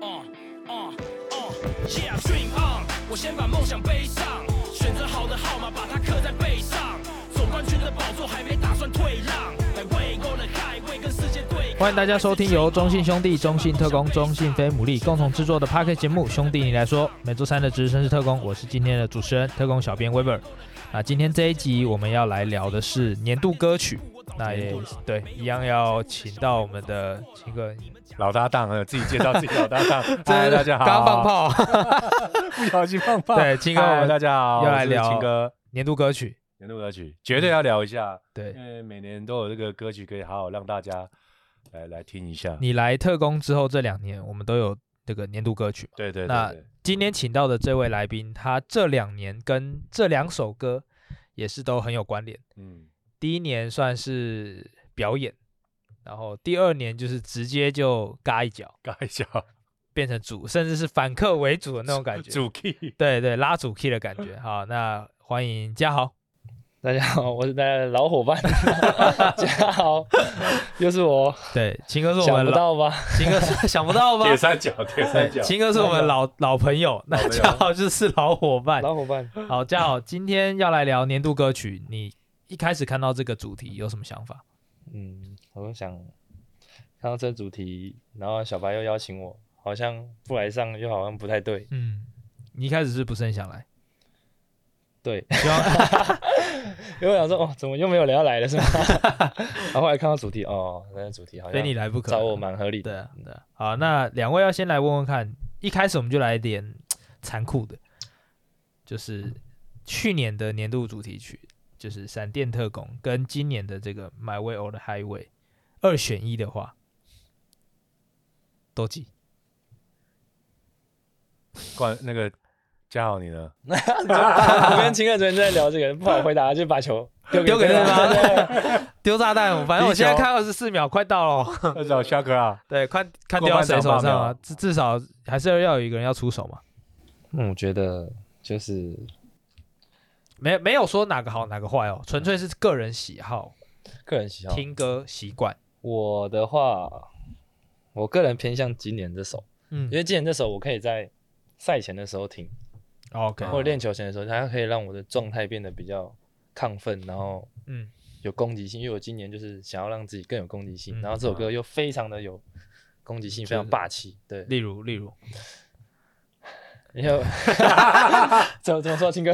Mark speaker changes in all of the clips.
Speaker 1: Uh, uh, uh, yeah, dream on！我先把梦想背上，选择好的号码，把它刻在背上。总冠军的宝座还没打算退让，My way on the highway，跟世界对抗
Speaker 2: 欢迎大家收听由中信兄弟、中信特工、中信飞牡蛎共同制作的 p a r k e t 节目《兄弟你来说》，每周三的值日生是特工，我是今天的主持人特工小编 Weber。那今天这一集我们要来聊的是年度歌曲，那也对，一样要请到我们的一 个，。
Speaker 3: 老搭档，呃，自己介绍自己老搭 档嗨，哎大家好。
Speaker 2: 刚放， 炮，
Speaker 3: 不小心放炮。
Speaker 2: 对，青哥，
Speaker 3: 嗨
Speaker 2: 我 们
Speaker 3: 大家好，
Speaker 2: 又来聊
Speaker 3: 我是青哥
Speaker 2: 年度歌曲，
Speaker 3: 年度歌曲，绝对要聊一下，
Speaker 2: 对
Speaker 3: 因为每年都有这个歌曲可以好好让大家来来听一下。
Speaker 2: 你来特工之后这两年，我们都有这个年度歌曲嘛。
Speaker 3: 对对
Speaker 2: 那
Speaker 3: 对对，
Speaker 2: 今天请到的这位来宾，他这两年跟这两首歌也是都很有关联。
Speaker 3: 嗯，
Speaker 2: 第一年算是表演，然后第二年就是直接就嘎一脚，
Speaker 3: 搞一下
Speaker 2: 变成主，甚至是反客为主的那种感觉。
Speaker 3: 主 key。
Speaker 2: 对对，拉主 key 的感觉。好，那欢迎嘉豪。
Speaker 4: 大家好，我是大家的老 伙伴，大家好，又是我，
Speaker 2: 对，秦哥是我
Speaker 4: 想
Speaker 2: 们
Speaker 4: 不
Speaker 2: 老，
Speaker 4: 到吧？
Speaker 2: 秦哥是想不到吧
Speaker 3: 铁？三角，铁三角
Speaker 2: 对，。秦哥是我们老老朋友，那
Speaker 3: 老朋友
Speaker 2: 嘉豪就是老伙伴。
Speaker 4: 老伙伴，
Speaker 2: 好，嘉豪，今天要来聊年度歌曲，你一开始看到这个主题有什么想法？
Speaker 4: 嗯，我想看到这主题，然后小白又邀请我，好像不来上又好像不太对，
Speaker 2: 嗯，你一开始是不是很想来？
Speaker 4: 对，
Speaker 2: 希望
Speaker 4: 因为我想说哦，怎么又没有人要来了是吗？ 然后后来看到主题，哦，那主题好
Speaker 2: 非
Speaker 4: 像
Speaker 2: 你来不可。
Speaker 4: 找我蛮合理的，
Speaker 2: 对啊，对啊。好，那两位要先来问问看，一开始我们就来一点残酷的，就是去年的年度主题曲，就是《闪电特工》跟今年的这个《My Way or the Highway》，二选一的话，都记。
Speaker 3: 冠那个嘉豪，你呢？
Speaker 4: 我跟秦哥昨天在聊这个，不好回答，就把球丢
Speaker 2: 丢给
Speaker 4: 对
Speaker 2: 对
Speaker 4: 方
Speaker 2: 方，丢炸弹，反正我
Speaker 3: 第一
Speaker 2: 现
Speaker 3: 球
Speaker 2: 在看二十四秒，快到 了。
Speaker 3: 找肖哥啊，
Speaker 2: 对，看看
Speaker 3: 过
Speaker 2: 掉到
Speaker 3: 半
Speaker 2: 谁
Speaker 3: 场
Speaker 2: 手
Speaker 3: 八
Speaker 2: 上啊
Speaker 3: 秒？
Speaker 2: 至至少还是要有一个人要出手嘛。
Speaker 4: 嗯，我觉得就是
Speaker 2: 没没有说哪个好哪个坏哦，纯粹是个人喜好、
Speaker 4: 个人
Speaker 3: 哦
Speaker 4: 喜好，
Speaker 2: 听歌习惯。
Speaker 4: 我的话，我个人偏向今年这首，
Speaker 2: 嗯
Speaker 4: 因为今年这首我可以在赛前的时候听，
Speaker 2: ，OK，
Speaker 4: 或者练球前的时候，它可以让我的状态变得比较亢奋，然后
Speaker 2: 嗯，
Speaker 4: 有攻击性。因为我今年就是想要让自己更有攻击性，
Speaker 2: 嗯
Speaker 4: 然后这首歌又非常的有攻击性，非常霸气。对，
Speaker 2: 例如，例如，
Speaker 4: 因为 怎么怎么说，青哥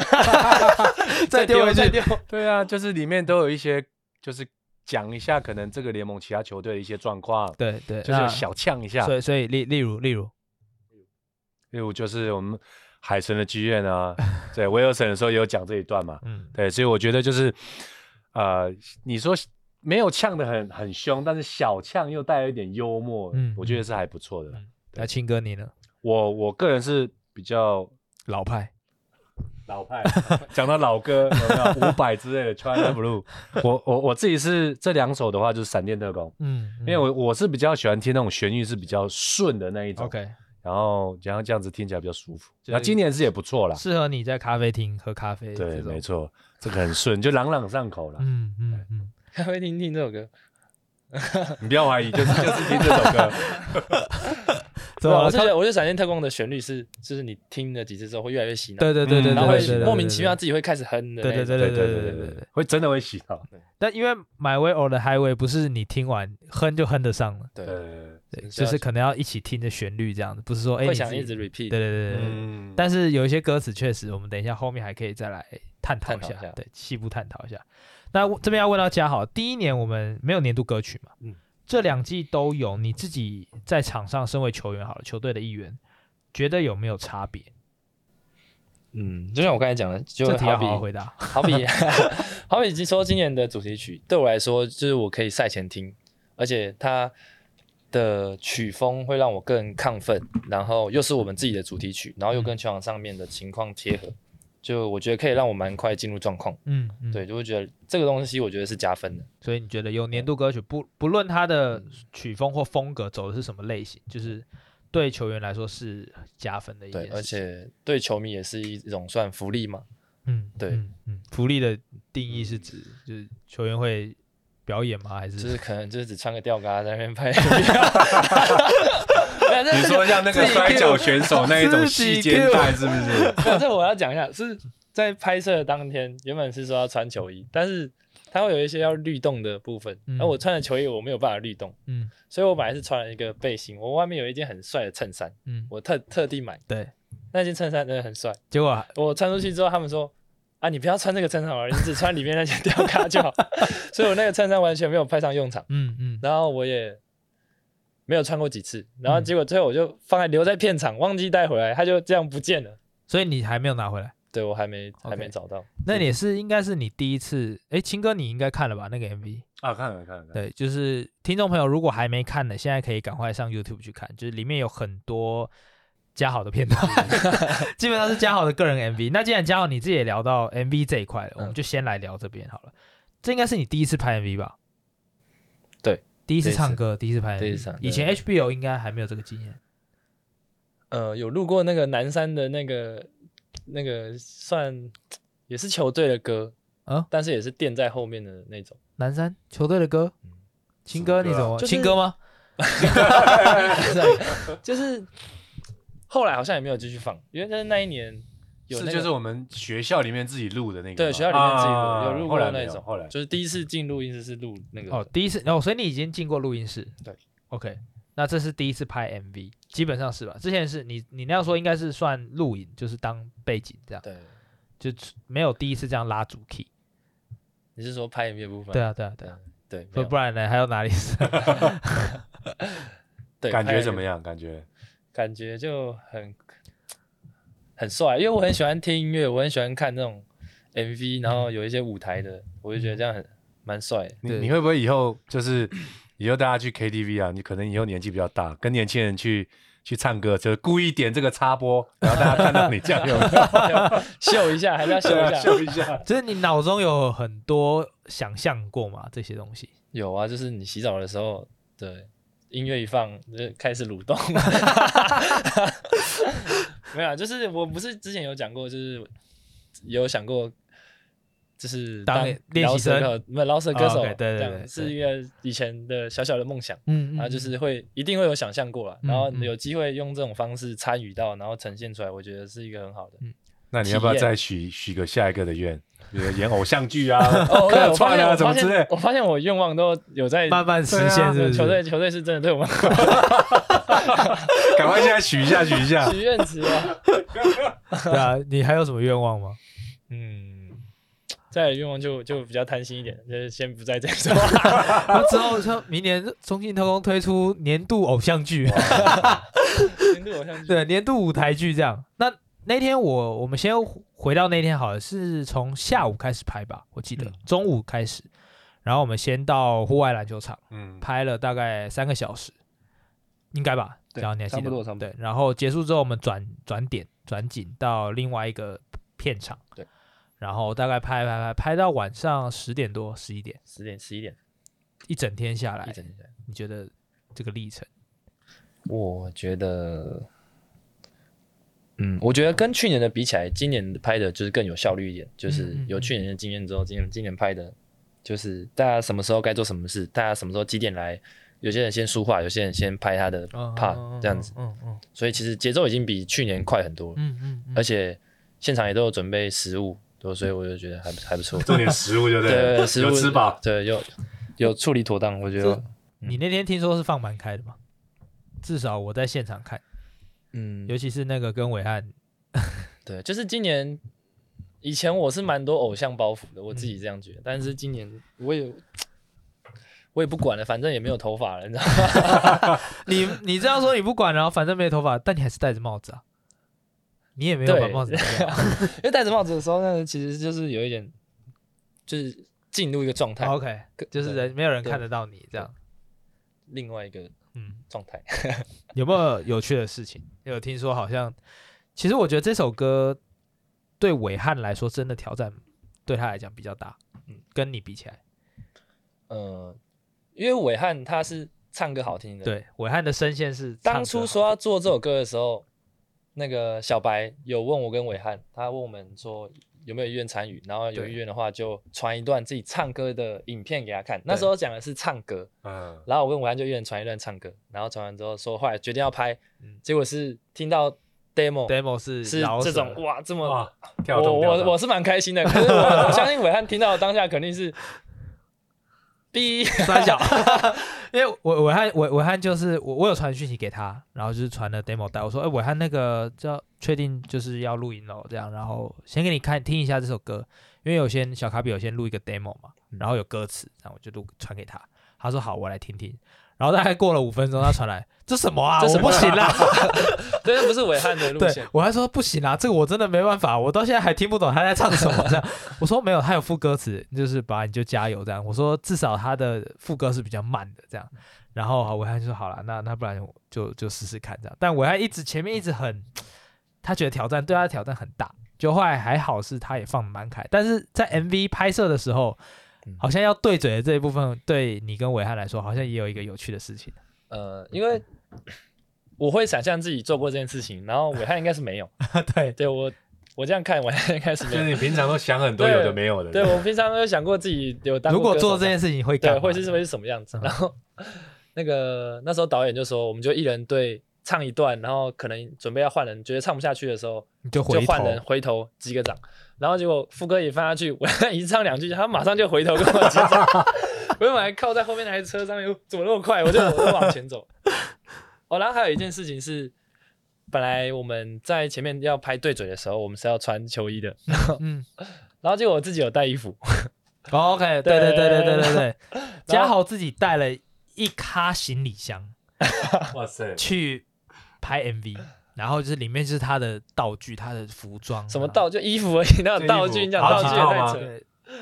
Speaker 2: 再丢回去
Speaker 4: 再丢，
Speaker 3: 对啊，就是里面都有一些，就是讲一下可能这个联盟其他球队的一些状况，
Speaker 2: 对对，
Speaker 3: 就是
Speaker 2: 那
Speaker 3: 小呛一下。
Speaker 2: 所以所以例例如例如，
Speaker 3: 例如就是我们海神的剧院 啊，对威尔森的时候也有讲这一段嘛，
Speaker 2: 嗯，
Speaker 3: 对，所以我觉得就是，呃，你说没有呛的很很凶，但是小呛又带有一点幽默，
Speaker 2: 嗯
Speaker 3: 我觉得是还不错的。
Speaker 2: 嗯那青哥你呢？
Speaker 3: 我我个人是比较
Speaker 2: 老派，
Speaker 3: 老派， 讲到老歌有没有 五百之类的 China Blue，我我我自己是这两首的话就是闪电特工，
Speaker 2: 嗯，
Speaker 3: 因为我我是比较喜欢听那种旋律是比较顺的那一种
Speaker 2: OK，
Speaker 3: 然后然后这样子听起来比较舒服。
Speaker 2: 就是
Speaker 3: 那今年是也不错啦，
Speaker 2: 适合你在咖啡厅喝咖啡，
Speaker 3: 对，没
Speaker 2: 错，
Speaker 3: 错，这个很顺，就朗朗上口了。
Speaker 2: 嗯嗯嗯，
Speaker 4: 还会听听这首歌。
Speaker 3: 你不要怀疑，就是就是听这首歌。
Speaker 2: 怎
Speaker 4: 对
Speaker 2: 么
Speaker 4: 啊我
Speaker 2: 了
Speaker 4: 是觉得，我觉得《闪电特工》的旋律是，就是你听了几次之后会越来越洗脑，
Speaker 2: 对对对对对，
Speaker 3: 嗯
Speaker 4: 然后
Speaker 2: 对
Speaker 4: 会
Speaker 2: 对对
Speaker 4: 莫名其妙
Speaker 2: 对
Speaker 4: 自己会开始哼的那
Speaker 2: 对
Speaker 4: 种。
Speaker 2: 对对对对
Speaker 3: 对对对
Speaker 2: 对
Speaker 3: 对
Speaker 2: 对对
Speaker 3: 对，。会真的会洗脑。
Speaker 2: 但因为 My Way or the Highway 不是你听完哼就哼得上了，
Speaker 4: 对
Speaker 3: 呃，
Speaker 2: 对，
Speaker 4: 是
Speaker 2: 就
Speaker 4: 要
Speaker 2: 是可能要一起听着旋律这样子，不是说哎
Speaker 4: 会
Speaker 2: 你
Speaker 4: 想
Speaker 2: 自己
Speaker 4: 一直 repeat。
Speaker 2: 对对对对对。
Speaker 3: 嗯，
Speaker 2: 但是有一些歌词确实，我们等一下后面还可以再来探讨一
Speaker 4: 探
Speaker 2: 下，
Speaker 4: 讨一下
Speaker 2: 对，细部探讨一下。那我这边要问到嘉豪，第一年我们没有年度歌曲嘛，
Speaker 4: 嗯
Speaker 2: 这两季都有，你自己在场上身为球员好了，球队的一员，觉得有没有差别？
Speaker 4: 嗯，就像我刚才讲的，就
Speaker 2: 这题
Speaker 4: 好
Speaker 2: 要
Speaker 4: 比
Speaker 2: 好好回答。
Speaker 4: 好比 好比说今年的主题曲对我来说，就是我可以赛前听，而且它的曲风会让我更亢奋，然后又是我们自己的主题曲，然后又跟球场上面的情况贴合，就我觉得可以让我蛮快进入状况。
Speaker 2: 嗯，嗯，
Speaker 4: 对，就会觉得这个东西我觉得是加分的。
Speaker 2: 所以你觉得有年度歌曲，不不论它的曲风或风格走的是什么类型，就是对球员来说是加分的一件
Speaker 4: 对，
Speaker 2: 事
Speaker 4: 而
Speaker 2: 情
Speaker 4: 且对球迷也是一种算福利嘛。
Speaker 2: 嗯，
Speaker 4: 对
Speaker 2: 嗯，嗯，福利的定义是指就是球员会表演吗？还
Speaker 4: 就是 是可能就是只穿个吊嘎在那边拍没有，这这
Speaker 3: 你说像那个摔跤选手那一种细肩带是不 是？
Speaker 4: 没有这个我要讲一下，是在拍摄的当天，原本是说要穿球衣，但是它会有一些要律动的部分，
Speaker 2: 嗯
Speaker 4: 那、我穿的球衣我没有办法律动，
Speaker 2: 嗯
Speaker 4: 所以我本来是穿了一个背心，我外面有一件很帅的衬衫，
Speaker 2: 嗯，
Speaker 4: 我特特地买
Speaker 2: 对。
Speaker 4: 那件衬衫，真的很帅。
Speaker 2: 结果
Speaker 4: 我穿出去之后，他们说。啊，你不要穿这个衬衫好了，你只穿里面那件吊卡就好。 所以我那个衬衫完全没有派上用场。
Speaker 2: 嗯嗯，
Speaker 4: 然后我也没有穿过几次，然后结果最后我就放在留在片场，忘记带回来，它就这样不见了。
Speaker 2: 所以你还没有拿回来。
Speaker 4: 对我还没
Speaker 2: OK
Speaker 4: 还没找到，
Speaker 2: 那也是应该是你第一次，哎，青哥你应该看了吧那个 MV？
Speaker 3: 啊，看了看了看了，
Speaker 2: 对，就是听众朋友如果还没看的，现在可以赶快上 YouTube 去看，就是里面有很多嘉豪的片段， 基本上是嘉豪的个人 MV。那既然嘉豪你自己也聊到 MV 这一块了，我们
Speaker 4: 嗯
Speaker 2: 就先来聊这边好了。这应该是你第一次拍 MV 吧？
Speaker 4: 对，
Speaker 2: 第一
Speaker 4: 第
Speaker 2: 次
Speaker 4: 一次
Speaker 2: 唱歌，第一次拍 MV。
Speaker 4: 第一次唱歌
Speaker 2: 以前 HBO 应该还没有这个经验。
Speaker 4: 呃，有路过那个南山的那个那个算也是球队的歌
Speaker 2: 啊
Speaker 4: 但是也是垫在后面的那种。
Speaker 2: 南山球队的歌，
Speaker 4: 嗯
Speaker 2: 青
Speaker 3: 什
Speaker 2: 哥
Speaker 3: 么
Speaker 2: 你
Speaker 3: 歌啊
Speaker 2: 怎么？
Speaker 4: 就是
Speaker 2: 青哥吗？
Speaker 4: 就是后来好像也没有继续放，因为那那一年有
Speaker 3: 是
Speaker 4: 那个
Speaker 3: 就是我们学校里面自己录的那个吗，
Speaker 4: 对学校里面自己录有录
Speaker 3: 啊后
Speaker 4: 过
Speaker 3: 来没
Speaker 4: 那
Speaker 3: 有
Speaker 4: 种，
Speaker 3: 后来
Speaker 4: 就是第一次进录音室是录那个
Speaker 2: 哦，第一次哦，所以你已经进过录音室。
Speaker 4: 对
Speaker 2: ，OK，那这是第一次拍 MV，基本上是吧？之前是你你那样说应该是算录影，就是当背景这样，
Speaker 4: 对，
Speaker 2: 就没有第一次这样拉主 key。
Speaker 4: 你是说拍影片部分？
Speaker 2: 对啊，对啊，对啊。
Speaker 4: 对，没
Speaker 2: 所以
Speaker 4: 有
Speaker 2: 不然呢？还有哪里 是？
Speaker 4: 对
Speaker 3: 感
Speaker 4: 拍
Speaker 3: 觉
Speaker 4: 影
Speaker 3: 怎
Speaker 4: 片
Speaker 3: 么样？感觉
Speaker 4: 感觉就很很帅，因为我很喜欢听音乐，我很喜欢看那种 MV，然后有一些舞台的，我就觉得这样很蛮帅的。
Speaker 3: 你
Speaker 2: 对
Speaker 3: 你会不会以后就是 以后大家去 KTV 啊？你可能以后年纪比较大，跟年轻人去去唱歌，就故意点这个插播，然后大家看到你这 样有没有
Speaker 4: 秀一下，还是要秀一下。
Speaker 3: 一下。
Speaker 2: 就是你脑中有很多想象过嘛？这些东西，
Speaker 4: 有啊，就是你洗澡的时候，对，音乐一放就开始蠕动。 没有啊，就是我不是之前有讲过，就是有想过。就是
Speaker 2: 当练习生
Speaker 4: 饶舌歌手，没有饶舌歌手，
Speaker 2: 哦，OK，对对
Speaker 4: 这样
Speaker 2: 对对
Speaker 4: 是一个以前的小小的梦想。
Speaker 2: 嗯
Speaker 4: 然后啊就是会一定会有想象过了，
Speaker 2: 嗯
Speaker 4: 然后有机会用这种方式参与到，然后呈现出来，我觉得是一个很好 的。
Speaker 3: 那你要不要
Speaker 4: 体验
Speaker 3: 再许许个下一个的愿？比如演偶像剧啊、
Speaker 4: 哦对
Speaker 3: 客
Speaker 4: 我发
Speaker 3: 串
Speaker 4: 现
Speaker 3: 啊，
Speaker 4: 我
Speaker 3: 什么
Speaker 4: 发
Speaker 3: 之
Speaker 4: 现
Speaker 3: 类。
Speaker 4: 我发现我愿望都有在
Speaker 2: 慢慢实
Speaker 3: 对
Speaker 2: 现，
Speaker 3: 啊
Speaker 2: 是不
Speaker 4: 对
Speaker 2: 是？
Speaker 4: 球队球队是真的对我们 好
Speaker 3: 赶快现在许一下，许一下。
Speaker 4: 许愿池啊。
Speaker 2: 对啊，你还有什么愿望 吗？
Speaker 4: 嗯，再来愿望就就比较贪心一点，就是先不在这说。
Speaker 2: 那啊之后，像明年中信特工推出年度偶像剧，
Speaker 4: 年度偶像剧
Speaker 2: 对，年度舞台剧这样。那那天我我们先回到那天好了，是从下午开始拍吧，我记得、
Speaker 4: 嗯
Speaker 2: 中午开始，然后我们先到户外篮球场
Speaker 3: 嗯，
Speaker 2: 拍了大概三个小时，应该吧？
Speaker 4: 对
Speaker 2: 然后你还记
Speaker 4: 差
Speaker 2: 得
Speaker 4: 不多
Speaker 2: 吗
Speaker 4: 差不多
Speaker 2: 对，然后结束之后，我们转转点转景到另外一个片场，
Speaker 4: 对，
Speaker 2: 然后大概拍拍拍拍到晚上十点多十一点，
Speaker 4: 十点十一点
Speaker 2: 一整天下来
Speaker 4: 一，整天。
Speaker 2: 你觉得这个历程？
Speaker 4: 我觉得，嗯，我觉得跟去年的比起来，今年拍的就是更有效率一点，就是
Speaker 2: 嗯嗯
Speaker 4: 有
Speaker 2: 嗯
Speaker 4: 去年的经验之后，今年今年拍的，就是大家什么时候该做什么事，大家什么时候几点来，有些人先书画，有些人先拍他的 part 这样子，
Speaker 2: 嗯嗯
Speaker 4: 所以其实节奏已经比去年快很多了，
Speaker 2: 嗯嗯嗯，
Speaker 4: 而且现场也都有准备食物，对所以我就觉得还不还不
Speaker 3: ，
Speaker 4: 错
Speaker 3: 重点食物就
Speaker 4: 对对，对食物
Speaker 3: 有吃饱。
Speaker 4: 对，有有处理妥当，我觉得，
Speaker 2: 你那天听说是放蛮开的嘛？至少我在现场看，
Speaker 4: 嗯，
Speaker 2: 尤其是那个跟伟汉，
Speaker 4: 对，就是今年，以前我是蛮多偶像包袱的，我自己这样觉得。
Speaker 2: 嗯
Speaker 4: 但是今年我也我也不管了，反正也没有头发了，你知道吗？
Speaker 2: 你你这样说你不管，然后反正没头发，但你还是戴着帽子啊，你也没有把
Speaker 4: 对
Speaker 2: 帽子拿掉啊。
Speaker 4: 因为戴着帽子的时候，那个其实就是有一点，就是进入一个 状态，
Speaker 2: 啊 OK，就是人没有人看得到你这样。
Speaker 4: 另外一个
Speaker 2: 嗯，
Speaker 4: 状态。
Speaker 2: 有没有有趣的事情？有听说好像，其实我觉得这首歌对伟汉来说真的挑战对他来讲比较大，嗯，跟你比起来，
Speaker 4: 呃，因为伟汉他是唱歌好听的，，
Speaker 2: 对伟汉的声线是唱
Speaker 4: 当初
Speaker 2: 歌
Speaker 4: 说要做这首歌的时候，那个小白有问我跟伟汉，他问我们说有没有意愿参与，然后有
Speaker 3: 对
Speaker 4: 意愿的话就传一段自己唱歌的影片给他看。那时候讲的是唱歌，
Speaker 3: 嗯，
Speaker 4: 然后我跟武汉就一人传一段唱歌，然后传完之后说后来决定要拍，结果是听到 demo。
Speaker 2: demo 是
Speaker 4: 是
Speaker 2: 饶
Speaker 4: 这
Speaker 2: 舌
Speaker 4: 种哇，这么
Speaker 3: 哇，跳
Speaker 4: 我
Speaker 3: 动跳
Speaker 4: 我
Speaker 3: 动
Speaker 4: 我，是蛮开心的，可是我我相信伟汉听到的当下肯定是，逼，
Speaker 2: 三小，因为我伟汉伟伟汉就是我我有传讯息给他，然后就是传了 demo 带，我说哎伟汉那个叫确定就是要录音喽，这样，然后先给你看听一下这首歌，因为有些小卡比有先录一个 demo 嘛，
Speaker 4: 嗯
Speaker 2: 然后有歌词，然后我就录传给他，他说好，我来听听，然后大概过了五分钟，他传来这什么啊，
Speaker 4: 这
Speaker 2: 我
Speaker 4: 什么
Speaker 2: 不
Speaker 4: 啊
Speaker 2: 行啦，
Speaker 4: 对，那不是伟汉的路
Speaker 2: 对
Speaker 4: 线，
Speaker 2: 我还说不行啊，这个我真的没办法，我到现在还听不懂他在唱什 么。这样我说没有，他有副歌词，就是把你就加油这样。我说至少他的副歌是比较慢的这样。然后好，伟汉就说好了，那那不然我就就试试看这样。但伟汉一直前面一直很，他觉得挑战对他的挑战很大，就后来还好是他也放得蛮开，但是在 MV 拍摄的时候
Speaker 4: 嗯。
Speaker 2: 好像要对嘴的这一部分，对你跟伟汉来说，好像也有一个有趣的事情。嗯
Speaker 4: 呃，因为 我会想象自己做过这件事情，然后伟汉应该是没有，
Speaker 2: 对，
Speaker 4: 对我我这样看伟汉应该是没
Speaker 3: 就是
Speaker 4: 有，
Speaker 3: 你平常都想很多
Speaker 4: 对
Speaker 3: 有的没有的，
Speaker 4: 对我平常都有想过自己有当
Speaker 2: 如
Speaker 4: 过
Speaker 2: 果
Speaker 4: 歌手
Speaker 2: 做这件事情会干
Speaker 4: 对，
Speaker 2: 嘛，嗯
Speaker 4: 会是会是什么样子？然后那个那时候导演就说，我们就一人对唱一段，然后可能准备要换人，觉得唱不下去的时候，
Speaker 2: 你就
Speaker 4: 就
Speaker 2: 回
Speaker 4: 换
Speaker 2: 头
Speaker 4: 人回头击个掌，然后结果副歌也放下去， 我一唱两句，他马上就回头跟我击掌， 我就马上靠在后面那台车上面，哟怎么那么快？我就我就往前走。 哦，然后还有一件事情是，本来我们在前面要拍对嘴的时候，我们是要穿球衣的，
Speaker 2: 嗯
Speaker 4: 然后结果我自己有带衣服，
Speaker 2: 哦 OK，对对对对对对对，
Speaker 4: 然
Speaker 2: 嘉
Speaker 4: 后
Speaker 2: 豪自己带了一咖行李箱
Speaker 3: 哇塞，
Speaker 2: 去拍 MV，然后就是里面就是他的道具、他的服装，啊
Speaker 4: 什么道就衣服而已，那
Speaker 3: 就
Speaker 4: 种
Speaker 3: 衣服
Speaker 4: 道具，你讲
Speaker 3: 好
Speaker 4: 道
Speaker 3: 几
Speaker 4: 具
Speaker 3: 套
Speaker 4: 也
Speaker 3: 吗
Speaker 4: 太扯了，
Speaker 2: 对，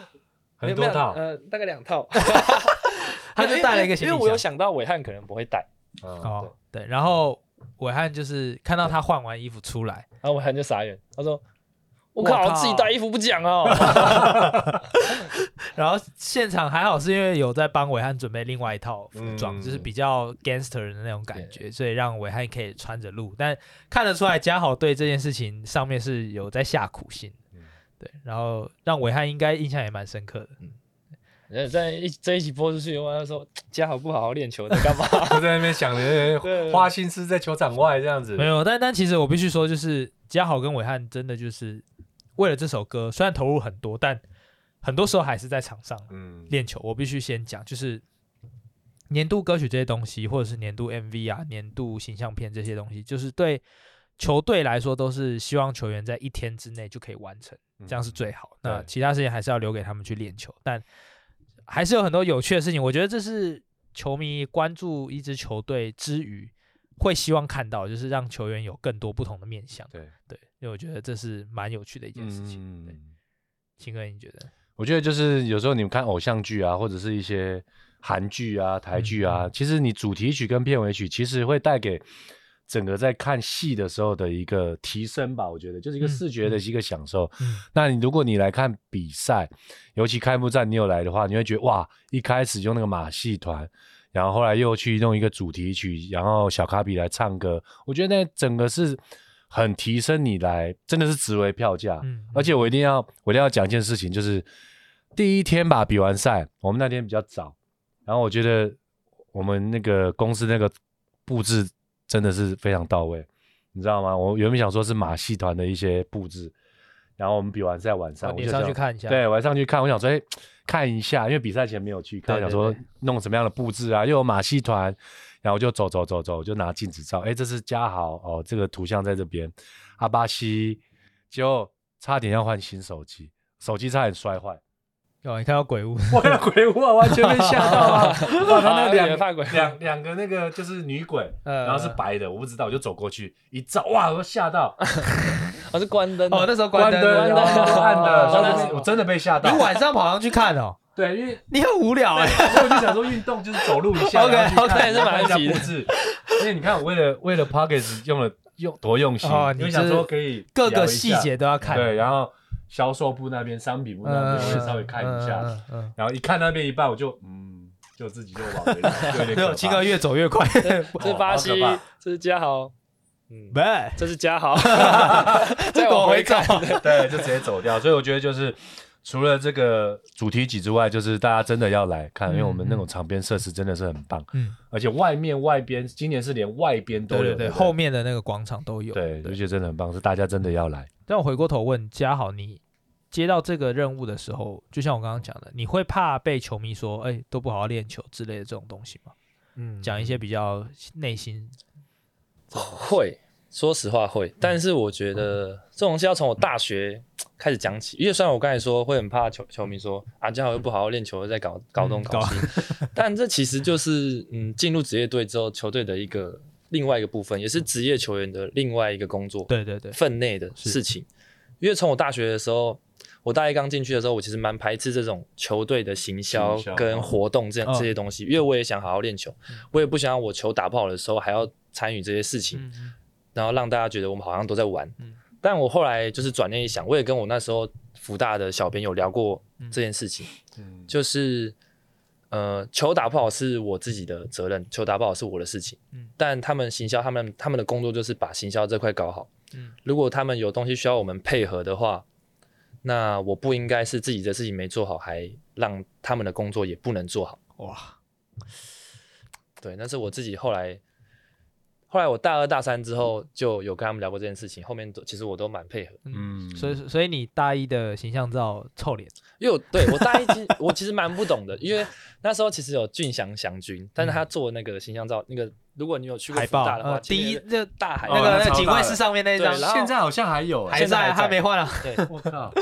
Speaker 3: 很多套
Speaker 4: 没有没有呃，大概两套，
Speaker 2: 他就带了一个
Speaker 4: 因
Speaker 2: 行李
Speaker 4: 为因为我有
Speaker 2: 箱。
Speaker 4: 想到伟汉可能不会带，
Speaker 3: 嗯
Speaker 2: 哦，对，然后伟汉就是看到他换完衣服出来，
Speaker 4: 然后伟汉就傻眼，他说。我
Speaker 2: 我
Speaker 4: 靠，
Speaker 2: 靠
Speaker 4: 自己带衣服不讲哦，
Speaker 2: 然后现场还好是因为有在帮伟汉准备另外一套服装，
Speaker 3: 嗯
Speaker 2: 就是比较 gangster 的那种感觉，所以让伟汉可以穿着录。但看得出来，嘉豪对这件事情上面是有在下苦心的
Speaker 3: 嗯
Speaker 2: 对，然后让伟汉应该印象也蛮深刻的。
Speaker 4: 然后在一这一集播出去，我他说家好不好好练球在干嘛？
Speaker 3: 就在那边想着呃
Speaker 4: 对
Speaker 3: 花心思在球场外这样子
Speaker 2: 没，有，但但其实我必须说，就是嘉豪跟伟汉真的就是为了这首歌，虽然投入很多，但很多时候还是在场上
Speaker 3: 嗯，
Speaker 2: 练球，我必须先讲，就是年度歌曲这些东西，或者是年度 MV 啊、年度形象片这些东西，就是对球队来说都是希望球员在一天之内就可以完成，这样是最好。
Speaker 3: 嗯对
Speaker 2: 那其他事情还是要留给他们去练球，但还是有很多有趣的事情。我觉得这是球迷关注一支球队之余。会希望看到，就是让球员有更多不同的面向，
Speaker 3: 对，
Speaker 2: 对，因为我觉得这是蛮有趣的一件事情。对
Speaker 3: 嗯。
Speaker 2: 秦哥，你觉得？
Speaker 3: 我觉得就是有时候你们看偶像剧啊，或者是一些韩剧啊、台剧啊，
Speaker 2: 嗯
Speaker 3: 其实你主题曲跟片尾曲其实会带给整个在看戏的时候的一个提升吧。我觉得就是一个
Speaker 2: 嗯
Speaker 3: 视觉的一个享受。
Speaker 2: 嗯
Speaker 3: 那你如果你来看比赛，尤其开幕战你有来的话，你会觉得哇，一开始用那个马戏团。然后后来又去弄一个主题曲，然后小卡比来唱歌，我觉得那整个是很提升你来，真的是值回票价。
Speaker 2: 嗯
Speaker 3: 而且我一定要，我一定要讲一件事情，就是第一天吧，比完赛，我们那天比较早，然后我觉得我们那个公司那个布置真的是非常到位，你知道吗？我原本想说是马戏团的一些布置，然后我们比完赛晚上，
Speaker 2: 哦
Speaker 3: 我
Speaker 2: 你
Speaker 3: 就
Speaker 2: 上
Speaker 3: 想
Speaker 2: 去看一下。
Speaker 3: 对，我还上去看，我想说，哎、看一下，因为比赛前没有去看，
Speaker 2: 对对
Speaker 3: 我想
Speaker 2: 对
Speaker 3: 说弄什么样的布置啊，又有马戏团，然后我就走走走走，我就拿镜子照，哎、这是嘉豪哦，这个图像在这边，阿巴西，结果差点要换新手机，手机差点摔坏，
Speaker 2: 哦，你看到鬼屋，
Speaker 3: 我了鬼屋啊，完全被吓到啊！ 哇，他那
Speaker 4: 啊
Speaker 3: 两
Speaker 4: 也怕鬼
Speaker 3: 两两个那个就是女鬼，
Speaker 2: 呃
Speaker 3: 然后是白的，我不知道，我就走过去一照，哇，我吓到，
Speaker 4: 我是关灯的啊
Speaker 2: 哦，那时候
Speaker 3: 关
Speaker 2: 灯
Speaker 3: 灯，
Speaker 2: 了，
Speaker 3: 然后
Speaker 2: 哦
Speaker 3: 暗的，
Speaker 2: 哦
Speaker 3: 然后
Speaker 2: 哦
Speaker 3: 我真的被吓到
Speaker 2: 你。晚上跑上去看哦，
Speaker 3: 对，因为
Speaker 2: 你很无聊哎。
Speaker 3: 所以我就想说，运动就是走路一下
Speaker 2: OK，
Speaker 3: 然后去
Speaker 4: OK，
Speaker 3: 看
Speaker 4: 是蛮
Speaker 3: 看一
Speaker 4: 急
Speaker 3: 下
Speaker 4: 的
Speaker 3: 布置。因为你看，我为了为了 Pockets 用了用多用心
Speaker 2: 哦，
Speaker 3: 因
Speaker 2: 你
Speaker 3: 为想
Speaker 2: 是
Speaker 3: 说可以
Speaker 2: 各
Speaker 3: 聊
Speaker 2: 个
Speaker 3: 一
Speaker 2: 细
Speaker 3: 下
Speaker 2: 节都要看。嗯
Speaker 3: 对，然后销售部那边、商品部那边我也稍微看一下，
Speaker 2: 嗯。嗯嗯嗯
Speaker 3: 然后一看那边一半，我就嗯，就自己就往回，就有
Speaker 2: 嗯
Speaker 3: 点
Speaker 2: 没
Speaker 3: 可
Speaker 2: 有，
Speaker 3: 怕
Speaker 2: 青哥越走越快。
Speaker 4: 这是巴西
Speaker 3: 哦好可怕，
Speaker 4: 这是嘉豪，嗯，
Speaker 2: 喂，
Speaker 4: 这是嘉豪，
Speaker 3: 再
Speaker 4: 再
Speaker 3: 往
Speaker 4: 往
Speaker 3: 回
Speaker 4: 回
Speaker 3: 走
Speaker 4: 看，
Speaker 3: 对，就直接走掉。所以我觉得就是除了这个主题曲之外，就是大家真的要来看，因为我们那种场边设施真的是很棒，
Speaker 2: 嗯，
Speaker 3: 而且外面外边今年是连外边都
Speaker 2: 对对
Speaker 3: 有，对
Speaker 2: 对，
Speaker 3: 不对
Speaker 2: 后面的那个广场都有。
Speaker 3: 对，而且真的很棒，是大家真的要来。
Speaker 2: 但我回过头问嘉豪，你接到这个任务的时候，就像我刚刚讲的，你会怕被球迷说，哎、都不好好练球之类的这种东西吗？
Speaker 4: 嗯，
Speaker 2: 讲一些比较内心，
Speaker 4: 会，说实话
Speaker 2: 嗯
Speaker 4: 会，但是我觉得这种东西要从我大学开始讲起，因为虽然我刚才说会很怕球球迷说啊，这样又不好好练球，又在
Speaker 2: 嗯
Speaker 4: 搞搞东搞西， 但这其实就是嗯，进入职业队之后，球队的一个另外一个部分，也是职业球员的另外一个工作
Speaker 2: 嗯对对对，
Speaker 4: 分内的
Speaker 2: 是
Speaker 4: 事情。因为从我大学的时候，我大一刚进去的时候，我其实蛮排斥这种球队的行销
Speaker 3: 行销
Speaker 4: 跟活动这
Speaker 2: 嗯
Speaker 4: 这些东西，因为我也想好好练球，我也不想我球打不好的时候还要参与这些事情。
Speaker 2: 嗯嗯
Speaker 4: 然后让大家觉得我们好像都在玩。
Speaker 2: 嗯
Speaker 4: 但我后来就是转念一想，我也跟我那时候福大的小编有聊过这件事情，
Speaker 3: 嗯，
Speaker 4: 就是呃，球打不好是我自己的责任，球打不好是我的事情。
Speaker 2: 嗯
Speaker 4: 但他们行销，他们他们的工作就是把行销这块搞好。
Speaker 2: 嗯
Speaker 4: 如果他们有东西需要我们配合的话，那我不应该是自己的事情没做好，还让他们的工作也不能做好。
Speaker 2: 哇，
Speaker 4: 对，但是我自己后来，后来我大二大三之后就有跟他们聊过这件事情，后面都其实我都蛮配合，
Speaker 3: 嗯
Speaker 2: 所以所以你大一的形象照臭脸，
Speaker 4: 因 为我对我大一其实我其实蛮不懂的，因为那时候其实有俊祥祥君，但是他做那个形象照，那个如果你有去过
Speaker 2: 海
Speaker 4: 福
Speaker 2: 报，
Speaker 4: 大的话，
Speaker 2: 呃，
Speaker 4: 前
Speaker 2: 第一
Speaker 4: 面
Speaker 2: 那
Speaker 4: 大海
Speaker 3: 哦
Speaker 2: 那
Speaker 4: 报
Speaker 2: 个
Speaker 3: 那
Speaker 2: 那
Speaker 3: 超
Speaker 2: 警卫
Speaker 3: 大
Speaker 2: 室
Speaker 3: 的
Speaker 2: 上面那一
Speaker 4: 对
Speaker 2: 张，
Speaker 4: 然后
Speaker 3: 现在好像还有哎、
Speaker 4: 还
Speaker 2: 现
Speaker 4: 在
Speaker 2: 在他
Speaker 4: 在
Speaker 2: 没换啊，
Speaker 4: 对，
Speaker 3: 我靠，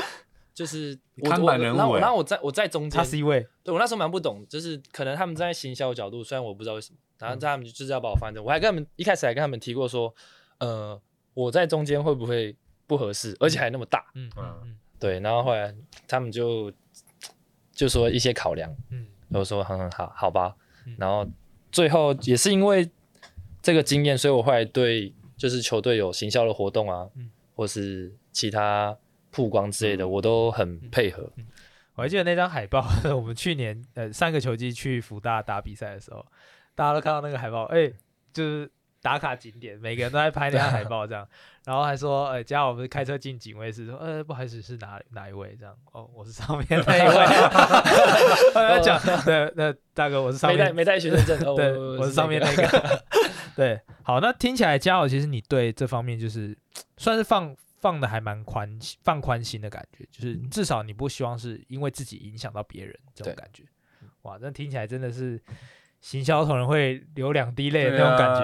Speaker 4: 就是我
Speaker 3: 看
Speaker 4: 我
Speaker 3: 板人物
Speaker 4: 然后
Speaker 3: 欸
Speaker 4: 然后我在我在中间
Speaker 2: 他，C 位，
Speaker 4: 对我那时候蛮不懂，就是可能他们在行销的角度，虽然我不知道为什么，然后他们就是要把我放在这，我还跟他们一开始还跟他们提过说，呃，我在中间会不会不合适，而且还那么大。
Speaker 2: 嗯嗯嗯
Speaker 4: 对，然后后来他们就就说一些考量，
Speaker 2: 嗯，
Speaker 4: 我说很很好，好吧
Speaker 2: 嗯。
Speaker 4: 然后最后也是因为这个经验，所以我后来对就是球队有行销的活动啊，
Speaker 2: 嗯
Speaker 4: 或是其他曝光之类的，我都很
Speaker 2: 嗯
Speaker 4: 配合。
Speaker 2: 我还记得那张海报，我们去年呃上个球季去福大打比赛的时候，大家都看到那个海报，哎、就是打卡景点，每个人都在拍那张海报这样，然后还说，呃，嘉豪不是开车进警卫室，说，呃，不好意思，是哪哪一位这样？哦，我是上面那一 位，他讲，对，那大哥我是上
Speaker 4: 没带
Speaker 2: 面，
Speaker 4: 没带学 生证，哦
Speaker 2: 对，我是上面那个， 对，好，那听起来嘉豪其实你对这方面就是算是放放的还蛮宽放宽心的感觉，就是至少你不希望是因为自己影响到别人这种
Speaker 4: 对
Speaker 2: 感觉。哇，那听起来真的是行销同仁会流两滴泪的
Speaker 3: 对
Speaker 2: 那种感
Speaker 3: 啊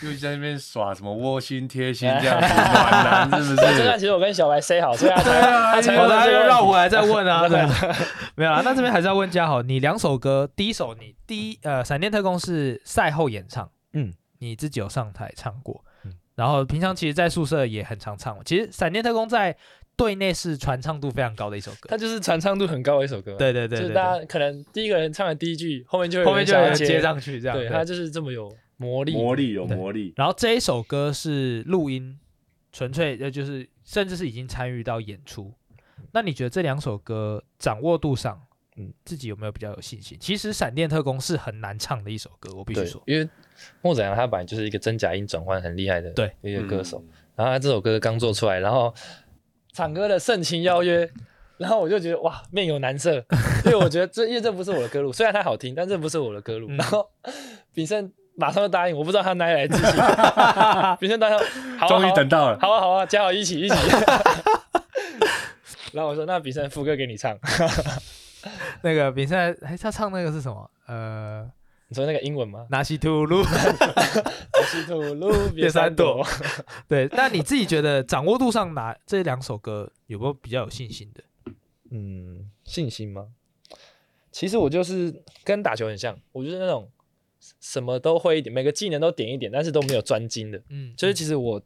Speaker 2: 觉、
Speaker 3: 又在那边耍什么窝心贴心这样子，暖男是不
Speaker 4: 那 这段
Speaker 3: 是？
Speaker 4: 其实我跟小白 say 好，所以他才
Speaker 3: 啊
Speaker 4: 他才
Speaker 2: 好
Speaker 4: 要
Speaker 2: 的，
Speaker 4: 问
Speaker 2: 那
Speaker 4: 这
Speaker 2: 就
Speaker 4: 个
Speaker 2: 绕
Speaker 4: 问题
Speaker 2: 回来再问 啊。对，没有啦。啊那这边还是要问嘉豪，你两首歌，第一首你第一呃，《闪电特工》是赛后演唱，
Speaker 4: 嗯，
Speaker 2: 你自己有上台唱过，
Speaker 4: 嗯
Speaker 2: 然后平常其实，在宿舍也很常唱。其实《闪电特工》在队内是传唱度非常高的一首歌
Speaker 4: 它，就是传唱度很高的一首歌，，
Speaker 2: 对对对
Speaker 4: 就
Speaker 2: 对
Speaker 4: 是
Speaker 2: 对，
Speaker 4: 大家可能第一个人唱了第一句，后面就会
Speaker 2: 后面就有
Speaker 4: 有
Speaker 2: 人
Speaker 4: 人想要
Speaker 2: 接，上去这样。
Speaker 4: 对，他就是这么有魔 力，
Speaker 3: 魔力有哦
Speaker 2: 对
Speaker 3: 魔力，
Speaker 2: 然后这一首歌是录音，纯粹呃就是甚至是已经参与到演出。那你觉得这两首歌掌握度上，嗯
Speaker 4: 嗯，
Speaker 2: 自己有没有比较有信心？其实《闪电特工》是很难唱的一首歌，我必须
Speaker 4: 对
Speaker 2: 说，，
Speaker 4: 因为莫子阳他本来就是一个真假音转换很厉害的
Speaker 2: 对
Speaker 4: 一个歌手，
Speaker 3: 嗯
Speaker 4: 然后他这首歌刚做出来，然后唱歌的盛情邀约，然后我就觉得哇面有难色，因为我觉得这因为这不是我的歌路，虽然它好听，但这不是我的歌路。
Speaker 2: 嗯
Speaker 4: 然后炳胜马上就答应，我不知道他哪里来自信，炳胜答应，好啊
Speaker 3: 终于等
Speaker 4: 好啊
Speaker 3: 到了。
Speaker 4: 好啊好啊，嘉豪一起一 起。然后我说那炳胜副歌给你唱，
Speaker 2: 那个比赛，哎，他唱那个是什么？呃，
Speaker 4: 你说那个英文 吗？
Speaker 2: 拿西吐露。
Speaker 4: 我是土路
Speaker 2: 别
Speaker 4: 别
Speaker 2: 三
Speaker 4: 三
Speaker 2: 朵
Speaker 4: 朵。
Speaker 2: 对，那你自己觉得掌握度上哪这两首歌有没有比较有信心的？
Speaker 4: 嗯，信心吗？其实我就是跟打球很像，我就是那种什么都会一点，每个技能都点一点，但是都没有专精的。
Speaker 2: 嗯，
Speaker 4: 就是其实我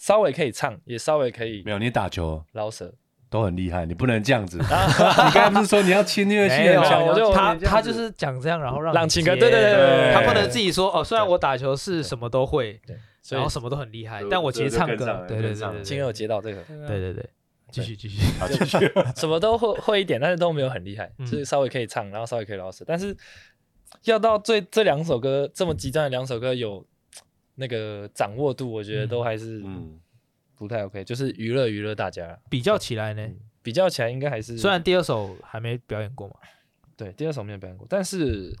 Speaker 4: 稍微可以唱，也稍微可以
Speaker 3: 没有，你打球
Speaker 4: 饶舌。
Speaker 3: 都很厉害，你不能这样 子。你刚才不是说你要侵略性
Speaker 2: 没有
Speaker 3: 很强，
Speaker 4: 啊我就
Speaker 2: 他他就是讲这样，然后让
Speaker 4: 让
Speaker 2: 你
Speaker 4: 情歌
Speaker 2: 接
Speaker 4: 对对对对
Speaker 3: 对
Speaker 2: 他不能自己说哦，虽然我打球是什么都会，
Speaker 4: 对，所
Speaker 2: 然
Speaker 4: 以
Speaker 2: 后什么都很厉害
Speaker 3: 对，
Speaker 2: 但我其实唱
Speaker 3: 这就更上
Speaker 2: 歌，
Speaker 3: 了
Speaker 2: 对对对
Speaker 3: 更上
Speaker 2: 对
Speaker 3: 了
Speaker 4: 今天有接到这个，
Speaker 2: 对
Speaker 3: 啊
Speaker 2: 对对对，继续继续，
Speaker 3: 好继续。
Speaker 4: 什么都会会一点，但是都没有很厉害，
Speaker 2: 嗯
Speaker 4: 就是稍微可以唱，然后稍微可以饶舌，但是要到最这两首歌这么极端的两首歌有那个掌握度，我觉得都还是
Speaker 3: 嗯，
Speaker 4: 不太 OK，就是娱乐娱乐大家。
Speaker 2: 比较起来呢，
Speaker 4: 比较起来，应该还是
Speaker 2: 虽然第二首还没表演过嘛，
Speaker 4: 对第二首没有表演过，但是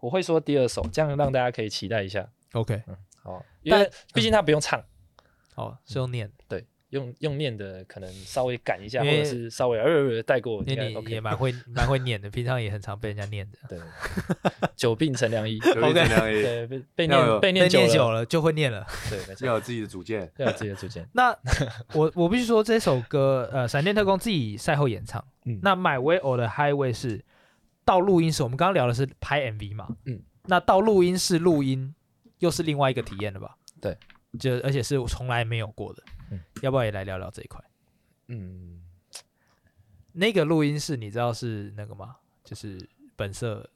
Speaker 4: 我会说第二首，这样让大家可以期待一下。
Speaker 2: OK，
Speaker 4: 好，因为
Speaker 2: 但
Speaker 4: 毕竟他不用唱，
Speaker 2: 哦，是用念的，
Speaker 4: 对，用用念的可能稍微赶一下，
Speaker 2: 因
Speaker 4: 或
Speaker 2: 为
Speaker 4: 者是稍微呃呃呃带过，应
Speaker 2: 因
Speaker 4: 该
Speaker 2: 为你
Speaker 4: OK
Speaker 2: 也蛮会蛮会念的，平常也很常被人家念的。
Speaker 4: 对，久病成良 医，
Speaker 3: 有一点良医
Speaker 4: 对，被被
Speaker 3: 要有
Speaker 4: 念被 念久
Speaker 2: 念
Speaker 4: 了，
Speaker 2: 了就会念了。
Speaker 4: 对，没错，
Speaker 3: 要有自己的主见。
Speaker 4: 要有自己的主见。
Speaker 2: 那我我必须说这首歌，呃，闪电特工自己赛后演唱。
Speaker 4: 嗯
Speaker 2: 那 My Way or the Highway 是到录音室，我们刚刚聊的是拍 MV 嘛，
Speaker 4: 嗯，
Speaker 2: 那到录音室录音又是另外一个体验了吧？
Speaker 4: 对，
Speaker 2: 就而且是我从来没有过的。
Speaker 4: 嗯
Speaker 2: 要不要也来聊聊这一块？
Speaker 4: 嗯，
Speaker 2: 那个录音室你知道是那个吗？就是本色，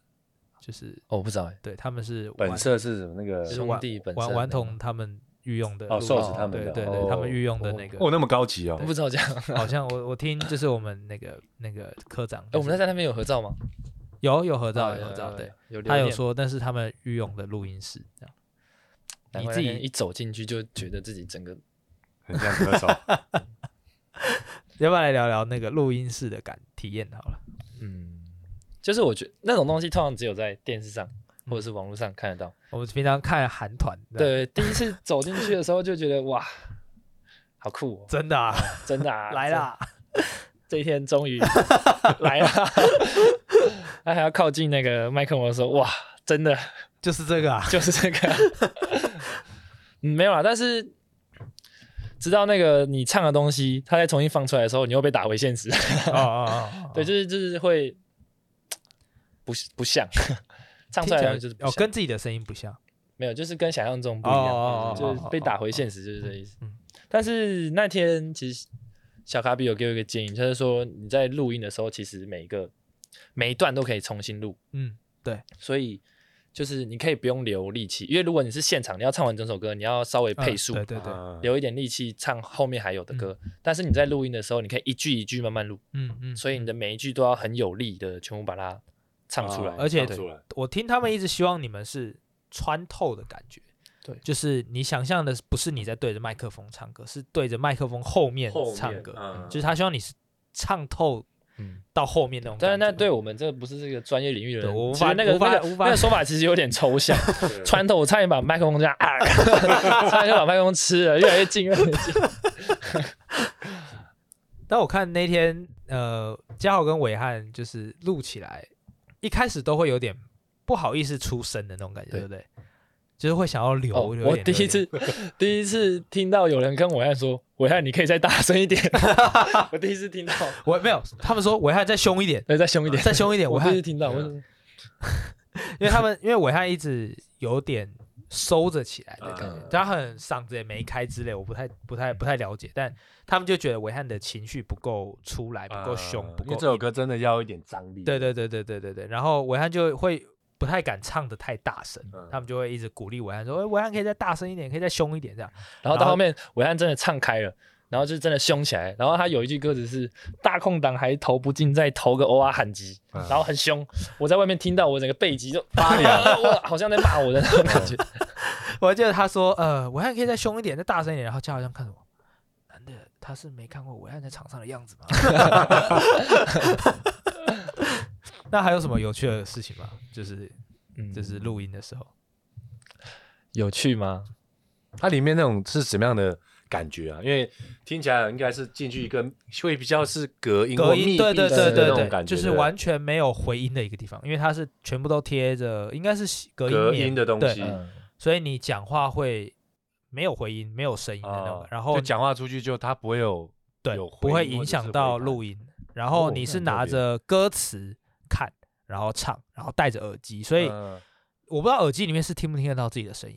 Speaker 2: 就是
Speaker 4: 哦我不知道哎，
Speaker 2: 对，他们是玩
Speaker 3: 本色是什么？那个
Speaker 4: 就是
Speaker 2: 玩
Speaker 4: 兄弟本色
Speaker 2: 玩
Speaker 4: 那
Speaker 2: 顽
Speaker 4: 个
Speaker 2: 童他们御用的
Speaker 3: 哦，
Speaker 2: 录
Speaker 3: 瘦
Speaker 2: 音
Speaker 3: 子他们
Speaker 2: 对
Speaker 3: 的，
Speaker 2: 对对，他们御用的那个
Speaker 3: 哦，那么高级哦
Speaker 4: 我，不知道这样。 哎，
Speaker 2: 好像我我听就是我们那个那个科长，
Speaker 4: 我们在那边有合照吗？
Speaker 2: 有有合
Speaker 4: 合
Speaker 2: 照有合照，对，，
Speaker 4: 有
Speaker 2: 他
Speaker 4: 留
Speaker 2: 有
Speaker 4: 念，
Speaker 2: 说，但是他们御用的录音室这样，
Speaker 4: 难
Speaker 2: 你
Speaker 4: 怪
Speaker 2: 自
Speaker 4: 那
Speaker 2: 己
Speaker 4: 天一走进去就觉得自己整个
Speaker 3: 很像歌 手。
Speaker 2: 要不要来聊聊那个录音室的感体验好了？
Speaker 4: 嗯，就是我觉得那种东西通常只有在电视上或者是网络上看得到。
Speaker 2: 我们平常看韩团，，
Speaker 4: 对，第一次走进去的时候就觉得哇，好酷、哦，
Speaker 2: 真的啊，
Speaker 4: 真的、啊、
Speaker 2: 来啦，
Speaker 4: 这，这一 天终于来了。他还要靠近那个麦克风的时候，哇，真的
Speaker 2: 就是这 个啊，
Speaker 4: 就是这个、 嗯没有啦，但是直到那个你唱的东西，它再重新放出来的时候，你又被打回现实。
Speaker 2: 哦哦哦哦，
Speaker 4: 对，就是就是会不是不像唱
Speaker 2: 听
Speaker 4: 出
Speaker 2: 起
Speaker 4: 来的
Speaker 2: 来
Speaker 4: 东西就是不
Speaker 2: 哦
Speaker 4: 像
Speaker 2: 跟自己的声音不像，
Speaker 4: 没有，就是跟想象中不一样，
Speaker 2: 哦
Speaker 4: 嗯
Speaker 2: 哦哦
Speaker 4: 就是
Speaker 2: 哦哦
Speaker 4: 被打回现实，就是这意思。
Speaker 2: 嗯
Speaker 4: 但是那天其实小卡比有给我一个建议，就是说你在录音的时候，其实每一个每一段都可以重新录，
Speaker 2: 嗯，
Speaker 4: 所以就是你可以不用留力气，因为如果你是现场，你要唱完整首歌，你要稍微
Speaker 2: 嗯
Speaker 4: 配速，
Speaker 2: 对嗯对对，
Speaker 3: 啊
Speaker 4: 留一点力气唱后面还有的歌。但是你在录音的时候，你可以一句一句慢慢录，
Speaker 2: 嗯嗯，哦
Speaker 4: 所以你的每一句都要很有力的全部把它唱出来。
Speaker 2: 而且
Speaker 3: 唱出来
Speaker 2: 我听他们一直希望你们是穿透的感觉，
Speaker 4: 对
Speaker 2: 就是你想象的不是你在对着麦克风唱歌，是对着麦克风后面
Speaker 3: 后面
Speaker 2: 唱歌，
Speaker 3: 嗯
Speaker 2: 就是他希望你是唱透
Speaker 4: 嗯
Speaker 2: 到后面那种感觉。
Speaker 4: 但是那对我们这个不是这个专业领域的
Speaker 2: 对我无
Speaker 4: 人，其
Speaker 2: 法
Speaker 4: 实那个
Speaker 2: 无法
Speaker 4: 那个
Speaker 2: 无法
Speaker 4: 那个说法其实有点 抽象。
Speaker 3: 对
Speaker 4: 穿透，我差点把麦克风这样啊， 差点就把麦克风吃了，越来越近，越来 越近。
Speaker 2: 但我看那天呃，嘉豪跟伟汉就是录起来，一开始都会有点不好意思出声的那种感觉，对
Speaker 4: 对
Speaker 2: 不对？就是会想要留，
Speaker 4: 哦
Speaker 2: 留
Speaker 4: 我
Speaker 2: 点
Speaker 4: 第一，
Speaker 2: 留
Speaker 4: 次第一次听到有人跟伟汉说：“伟汉，你可以再大声一点。” 我第一次听到，
Speaker 2: 点我没有，他们说伟汉再凶一点，
Speaker 4: 对，再凶一点，
Speaker 2: 再凶一点，
Speaker 4: 我
Speaker 2: 伟
Speaker 4: 第一
Speaker 2: 汉啊
Speaker 4: 次听到，我
Speaker 3: 对
Speaker 2: 因为他们因为伟汉一直有点收着起来的感觉
Speaker 3: 嗯，
Speaker 2: 他很嗓子也没开之类，我不太不太不太了解，但他们就觉得伟汉的情绪不够出来，不够凶，
Speaker 3: 啊
Speaker 2: 不
Speaker 3: 因为
Speaker 2: 够
Speaker 3: 这首歌真的要一点张力。
Speaker 2: 对对对对对对对，然后伟汉就会不太敢唱的太大声，
Speaker 3: 嗯
Speaker 2: 他们就会一直鼓励伟汉说，哎，伟汉可以再大声一点，可以再凶一点 这样。
Speaker 4: 然后到后面伟汉真的唱开了。然后就真的凶起来，然后他有一句歌词是“大空档还投不进，再投个 OR 喊急”，
Speaker 3: 嗯
Speaker 4: 然后很凶。我在外面听到，我整个背脊就发凉，我好像在骂我的那种感觉。
Speaker 2: 哦我还记得他说，呃，伟汉可以再凶一点，再大声一点，然后嘉豪像看着我。男的他是没看过伟汉在场上的样子吗？ 那还有什么有趣的事情吗？就是
Speaker 4: 嗯
Speaker 2: 就是录音的时候，
Speaker 3: 嗯
Speaker 4: 有趣吗？
Speaker 3: 它里面那种是什么样的感觉啊？因为听起来应该是进去一个会比较是隔音
Speaker 2: 隔
Speaker 3: 或
Speaker 2: 音
Speaker 3: 密
Speaker 2: 对对
Speaker 3: 闭
Speaker 2: 对
Speaker 3: 式的那
Speaker 2: 对
Speaker 3: 种
Speaker 2: 对，
Speaker 3: 感觉，
Speaker 2: 就是
Speaker 3: 对不对
Speaker 2: 完全没有回音的一个地方，因为它是全部都贴着，应该是隔音
Speaker 3: 隔
Speaker 2: 棉
Speaker 3: 音的东
Speaker 2: 对
Speaker 3: 西，
Speaker 4: 嗯，
Speaker 2: 所以你讲话会没有回音、没有声音的那种，
Speaker 3: 哦
Speaker 2: 然
Speaker 3: 就
Speaker 2: 后
Speaker 3: 讲话出去就它不会有
Speaker 2: 对
Speaker 3: 有回
Speaker 2: 不会
Speaker 3: 音
Speaker 2: 影
Speaker 3: 或者
Speaker 2: 响
Speaker 3: 是
Speaker 2: 到
Speaker 3: 回弹
Speaker 2: 录音。然后
Speaker 3: 哦
Speaker 2: 你
Speaker 3: 那
Speaker 2: 是
Speaker 3: 很特
Speaker 2: 拿
Speaker 3: 别
Speaker 2: 着歌词看，然后唱，然后戴着耳机，所以
Speaker 3: 嗯
Speaker 2: 我不知道耳机里面是听不听得到自己的声音。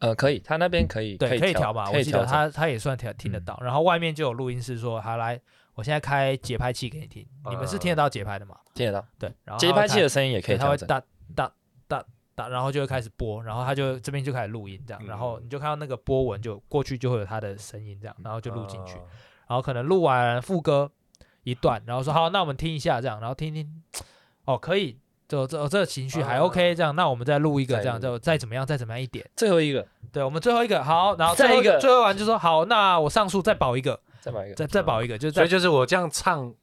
Speaker 4: 呃，可以，他那边可以，
Speaker 2: 对，可以
Speaker 4: 以
Speaker 2: 调嘛？
Speaker 4: 可
Speaker 2: 我
Speaker 4: 以
Speaker 2: 记得
Speaker 4: 整
Speaker 2: 他他也算调听得
Speaker 3: 嗯
Speaker 2: 到。然后外面就有录音室说：“好来，我现在开节拍器给你听，你
Speaker 3: 呃
Speaker 2: 们是听得到节拍的吗
Speaker 4: 听得到，？”
Speaker 2: 对，然后
Speaker 4: 节
Speaker 2: 他会
Speaker 4: 拍器
Speaker 2: 开
Speaker 4: 的声音也可以
Speaker 2: 对它
Speaker 4: 调
Speaker 2: 会
Speaker 4: 整。
Speaker 2: 哒哒哒哒，然后就会开始播，然后它就这边就开始录音这样，然后
Speaker 3: 嗯
Speaker 2: 你就看到那个波纹就过去就会有它的声音这样，然后就录进去，
Speaker 3: 啊
Speaker 2: 然后可能录完副歌一段，然后说好，那我们听一下这样，然后听听，哦可以，就这这个情绪还
Speaker 3: 哦
Speaker 4: 啊
Speaker 2: OK，这样，那我们再录一个，
Speaker 4: 再
Speaker 2: 这样
Speaker 4: 录
Speaker 2: 就再怎么样，再怎么样一点。
Speaker 4: 最后一个
Speaker 2: 对，我们最后一个好，然后
Speaker 4: 再
Speaker 2: 最后
Speaker 4: 一个
Speaker 2: 最后完就说好，那我上诉再保一个，
Speaker 4: 再买一个，
Speaker 2: 再再保一个，就是
Speaker 3: 所
Speaker 2: 在
Speaker 3: 以就是我这样唱，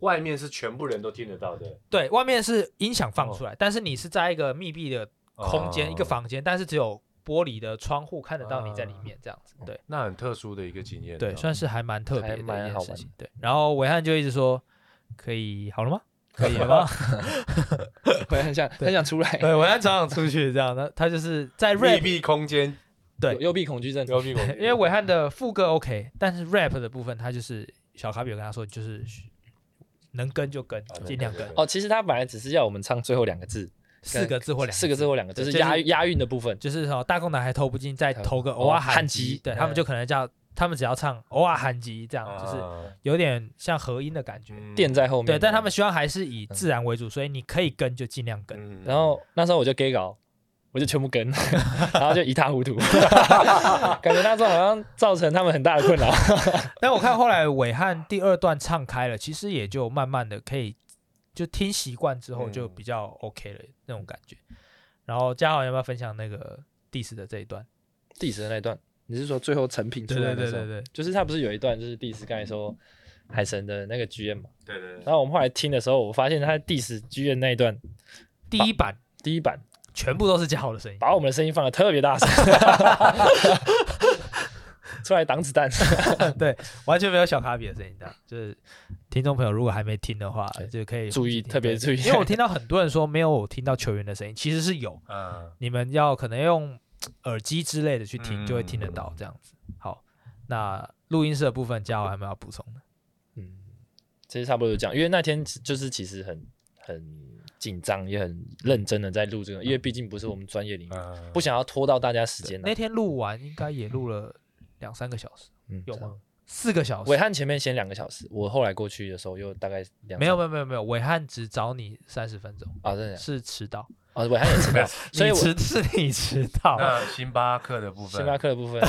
Speaker 3: 外面是全部人都听得到的
Speaker 2: 对外面是音响放出来，但是你是在一个密闭的空间，一个，
Speaker 3: 哦
Speaker 2: 房间，但是只有玻璃的窗户看得到你在里面，这样子，对
Speaker 3: 那很特殊的一个经验。
Speaker 2: 啊哦
Speaker 3: 啊
Speaker 2: 对，算是还蛮特别的
Speaker 4: 还蛮
Speaker 2: 一件
Speaker 4: 好
Speaker 2: 事
Speaker 4: 玩
Speaker 2: 情。对，然后伟汉就一直说可以好了吗？ 可以了吗？
Speaker 4: 我很想很想出来，
Speaker 2: 对，伟汉常常出去这样，那他就是在
Speaker 3: 密
Speaker 2: rap
Speaker 3: 闭空间，
Speaker 2: 对
Speaker 4: 有幽闭恐惧症，
Speaker 3: 幽闭空间，
Speaker 2: 因为伟汉的副歌 OK，但是 rap 的部分，他就是小卡比有跟他说，就是能跟就跟，
Speaker 3: 对
Speaker 2: 尽量
Speaker 3: 对
Speaker 2: 跟
Speaker 3: 对
Speaker 4: 哦，其实他本来只是要我们唱最后两个字，
Speaker 2: 四个字或两
Speaker 4: 四个字或两个字，
Speaker 2: 对
Speaker 4: 就是
Speaker 2: 就是
Speaker 4: 押韵押韵的部分，
Speaker 2: 就是什么大功男孩投不进，再投个
Speaker 4: 哦
Speaker 2: 偶尔
Speaker 4: 汉
Speaker 2: 喊
Speaker 4: 击
Speaker 2: 击，对他们就可能叫他们只要唱偶尔喊击这样，就是
Speaker 3: 啊
Speaker 2: 有点像合音的感觉。
Speaker 3: 嗯
Speaker 4: 垫在后面。
Speaker 2: 对，但他们希望还是以自然为主，所以你可以跟就尽量跟。
Speaker 3: 嗯
Speaker 4: 然后那时候我就 gay 搞，我就全部 跟，然后就一塌糊 涂，感觉那时候好像造成他们很大的困扰。
Speaker 2: 但我看后来伟汉第二段唱开了，其实也就慢慢的可以就听习惯之后
Speaker 3: 嗯
Speaker 2: 就比较 OK 了那种感觉。然后嘉豪要不要分享那个 diss 的这一段？
Speaker 4: 第十的那一段，你是说最后成品出
Speaker 2: 对
Speaker 4: 来
Speaker 2: 对
Speaker 4: 的时候？
Speaker 2: 对对对，
Speaker 4: 就是他不是有一段就是第十刚才说海神的那个剧院嘛，
Speaker 3: 对 对对，
Speaker 4: 然后我们后来听的时候，我发现他第十剧院那一段
Speaker 2: 第一版
Speaker 4: 第一版
Speaker 2: 全部都是嘉豪的声音。
Speaker 4: 把我们的声音放的特别大 声，出来挡子弹。
Speaker 2: 对，完全没有小卡比的声音的，就是听众朋友如果还没听的话，就可以
Speaker 4: 注
Speaker 2: 回
Speaker 4: 意
Speaker 2: 去听
Speaker 4: 特别
Speaker 2: 对
Speaker 4: 注意
Speaker 2: 因为我听到很多人说没有听到球员的声音，其实是有，
Speaker 3: 嗯，
Speaker 2: 你们要可能用耳机之类的去听，
Speaker 3: 嗯
Speaker 2: 就会听得到这样子。好，那录音室的部分，嘉豪还有没有要补充的？
Speaker 4: 嗯，其实差不多就这样，因为那天就是其实很很紧张，也很认真的在录这个，因为毕竟不是我们专业领域，
Speaker 3: 嗯
Speaker 4: 不想要拖到大家时间、啊
Speaker 2: 那。天录完应该也录了两三个小时，
Speaker 4: 嗯
Speaker 2: 有？
Speaker 4: 这样
Speaker 2: 吗？四个小时
Speaker 4: 伟？汉前面先两个小时，我后来过去的时候又大概两
Speaker 2: 没有没有没有没有，伟汉只找你三十分钟，
Speaker 4: 啊，真的假的
Speaker 2: 是迟到，
Speaker 4: 啊，伟汉也迟到，所以
Speaker 2: 你
Speaker 4: 我
Speaker 2: 迟 是你迟到。
Speaker 3: 那星巴克的部分，
Speaker 4: 星巴克的部分，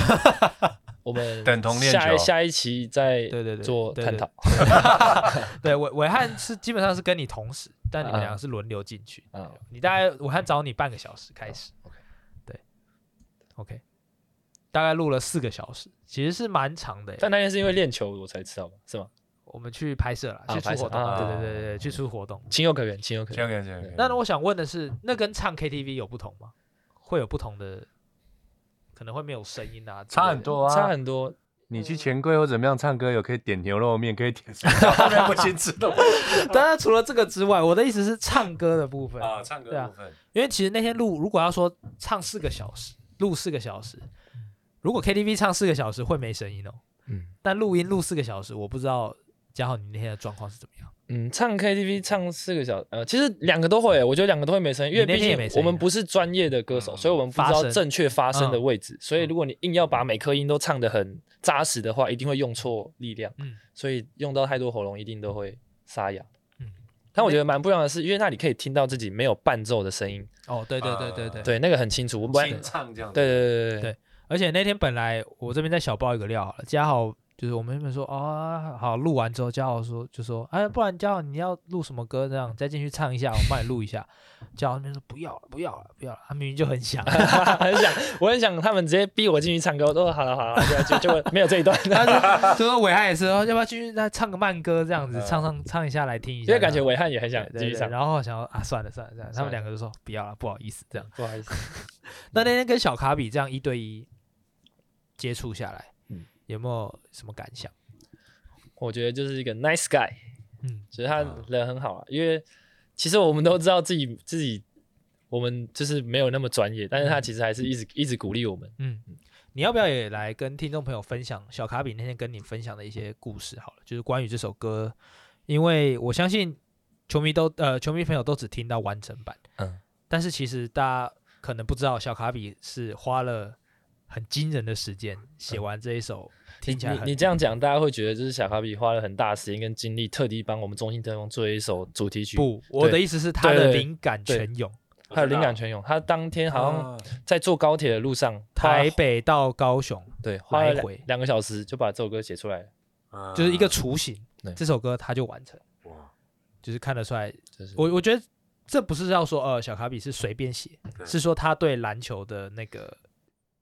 Speaker 4: 我们
Speaker 3: 等同练
Speaker 4: 下一
Speaker 3: 球
Speaker 4: 下一期再
Speaker 2: 对对对，
Speaker 4: 呃做
Speaker 2: 对
Speaker 4: 探讨。。
Speaker 2: 对对对， 伟伟汉是基本上是跟你同时，但你们
Speaker 4: 啊
Speaker 2: 两个是轮流进去。
Speaker 4: 啊
Speaker 2: 你大概伟汉找你半个小时开始。
Speaker 4: 哦好，OK
Speaker 2: 对，OK，大概录了四个小时，其实是蛮长的耶。
Speaker 4: 但那天是因为练球我才迟到吧？是吗？
Speaker 2: 我们去拍摄了，
Speaker 4: 啊
Speaker 2: 去出
Speaker 4: 拍摄
Speaker 2: 活动，
Speaker 4: 啊
Speaker 2: 对对对对，去出活动。
Speaker 4: 情有可原，情有可
Speaker 3: 这
Speaker 4: 原。
Speaker 3: 样可以这样可以
Speaker 2: 那我想问的是，那跟唱 KTV 有不同吗？会有不同的，可能会没有声音啊，
Speaker 3: 差很。多
Speaker 4: 差
Speaker 3: 啊！
Speaker 4: 很多，
Speaker 3: 你去钱柜或怎么样唱歌，有可以点牛肉面，可以点 什么？ 后面不行吃的
Speaker 2: 当然，除了这个之外，我的意思是唱歌的部分
Speaker 3: 啊，唱歌
Speaker 2: 对啊
Speaker 3: 部分
Speaker 2: 因为其实那天录，如果要说唱四个小时，录四个小时，如果 KTV 唱四个小时会没声音哦。
Speaker 4: 嗯
Speaker 2: 但录音录四个小时，我不知道嘉浩你那天的状况是怎么样。
Speaker 4: 嗯，唱 KTV 唱四个小呃，其实两个都会，我觉得两个都会没声音，因为
Speaker 2: 你那
Speaker 4: 毕
Speaker 2: 天也
Speaker 4: 竟
Speaker 2: 没声音
Speaker 4: 我
Speaker 2: 啊
Speaker 4: 们不是专业的歌手，
Speaker 3: 嗯
Speaker 4: 所以我们不知
Speaker 2: 发
Speaker 4: 道
Speaker 2: 声
Speaker 4: 正确发声的
Speaker 2: 嗯
Speaker 4: 位置，所以如果你硬要把每颗音都唱得很扎实的话，一定会用错力量，
Speaker 2: 嗯
Speaker 4: 所以用到太多喉咙一定都会沙哑。
Speaker 2: 嗯
Speaker 4: 但我觉得蛮不一样的是，因为那里可以听到自己没有伴奏的声音，
Speaker 2: 哦，对对对
Speaker 3: 啊
Speaker 2: 对对。
Speaker 4: 呃对，那个很清楚。我们
Speaker 3: 清唱这样
Speaker 4: 对对对对
Speaker 2: 对而且那天本来我这边再小爆一个料好了，嘉豪就是我们原本说啊、好录完之后，嘉豪说就说哎，不然嘉豪你要录什么歌这样，再进去唱一下，我帮你录一下。嘉豪那边说不要了，不要了，不要了，他明明就很 想，
Speaker 4: 对， 很想，我很想他们直接逼我进去唱歌，我说哦好了好了，就就就没有这一段，
Speaker 2: 他说就说伟汉也是哦，要不要进去再唱个慢歌这样子，
Speaker 3: 嗯
Speaker 2: 唱唱唱一下来听一下这
Speaker 4: 呃
Speaker 2: 样，
Speaker 4: 因为感觉伟汉也很想
Speaker 2: 对
Speaker 4: 继
Speaker 2: 对
Speaker 4: 续
Speaker 2: 对
Speaker 4: 唱，
Speaker 2: 然后想说啊，算了算了算了，他
Speaker 4: 算
Speaker 2: 们
Speaker 4: 了
Speaker 2: 两个就说不要了，不好意思这样。
Speaker 4: 不好意思，
Speaker 2: 那那天跟小卡比这样一对一接触下来，
Speaker 4: 嗯
Speaker 2: 有没有什么感想？
Speaker 4: 我觉得就是一个 nice guy。
Speaker 2: 嗯，
Speaker 4: 其实他
Speaker 3: 嗯
Speaker 4: 人很好啊，因为其实我们都知道自己自己，我们就是没有那么专业，但是他其实还是一直一直鼓励我们。
Speaker 2: 嗯，你要不要也来跟听众朋友分享小卡比那天跟你分享的一些故事？好了，就是关于这首歌，因为我相信球迷都呃，球迷朋友都只听到完整版，
Speaker 4: 嗯，
Speaker 2: 但是其实大家可能不知道，小卡比是花了很惊人的时间写完这一首听起来
Speaker 4: 你
Speaker 2: 很
Speaker 4: 你这样讲，大家会觉得就是小卡比花了很大的时间跟精力，特地帮我们中信特工做了一首主题曲，
Speaker 2: 不，我的意思是他
Speaker 4: 对
Speaker 2: 的
Speaker 4: 对
Speaker 2: 灵感
Speaker 4: 对
Speaker 2: 泉涌，
Speaker 4: 还有灵感泉涌。他当天好像
Speaker 3: 啊
Speaker 4: 在坐高铁的路上，花
Speaker 2: 台北到高雄，
Speaker 4: 对花了
Speaker 2: 来
Speaker 4: 两
Speaker 2: 回
Speaker 4: 两个小时就把这首歌写出来了，
Speaker 3: 啊
Speaker 2: 就是一个雏形
Speaker 4: 对，
Speaker 2: 这首歌他就完成，
Speaker 3: 哇
Speaker 2: 就是看得出来。
Speaker 4: 就是
Speaker 2: 我我觉得这不是要说呃小卡比是随便写，
Speaker 3: 对
Speaker 2: 是说他对篮球的那个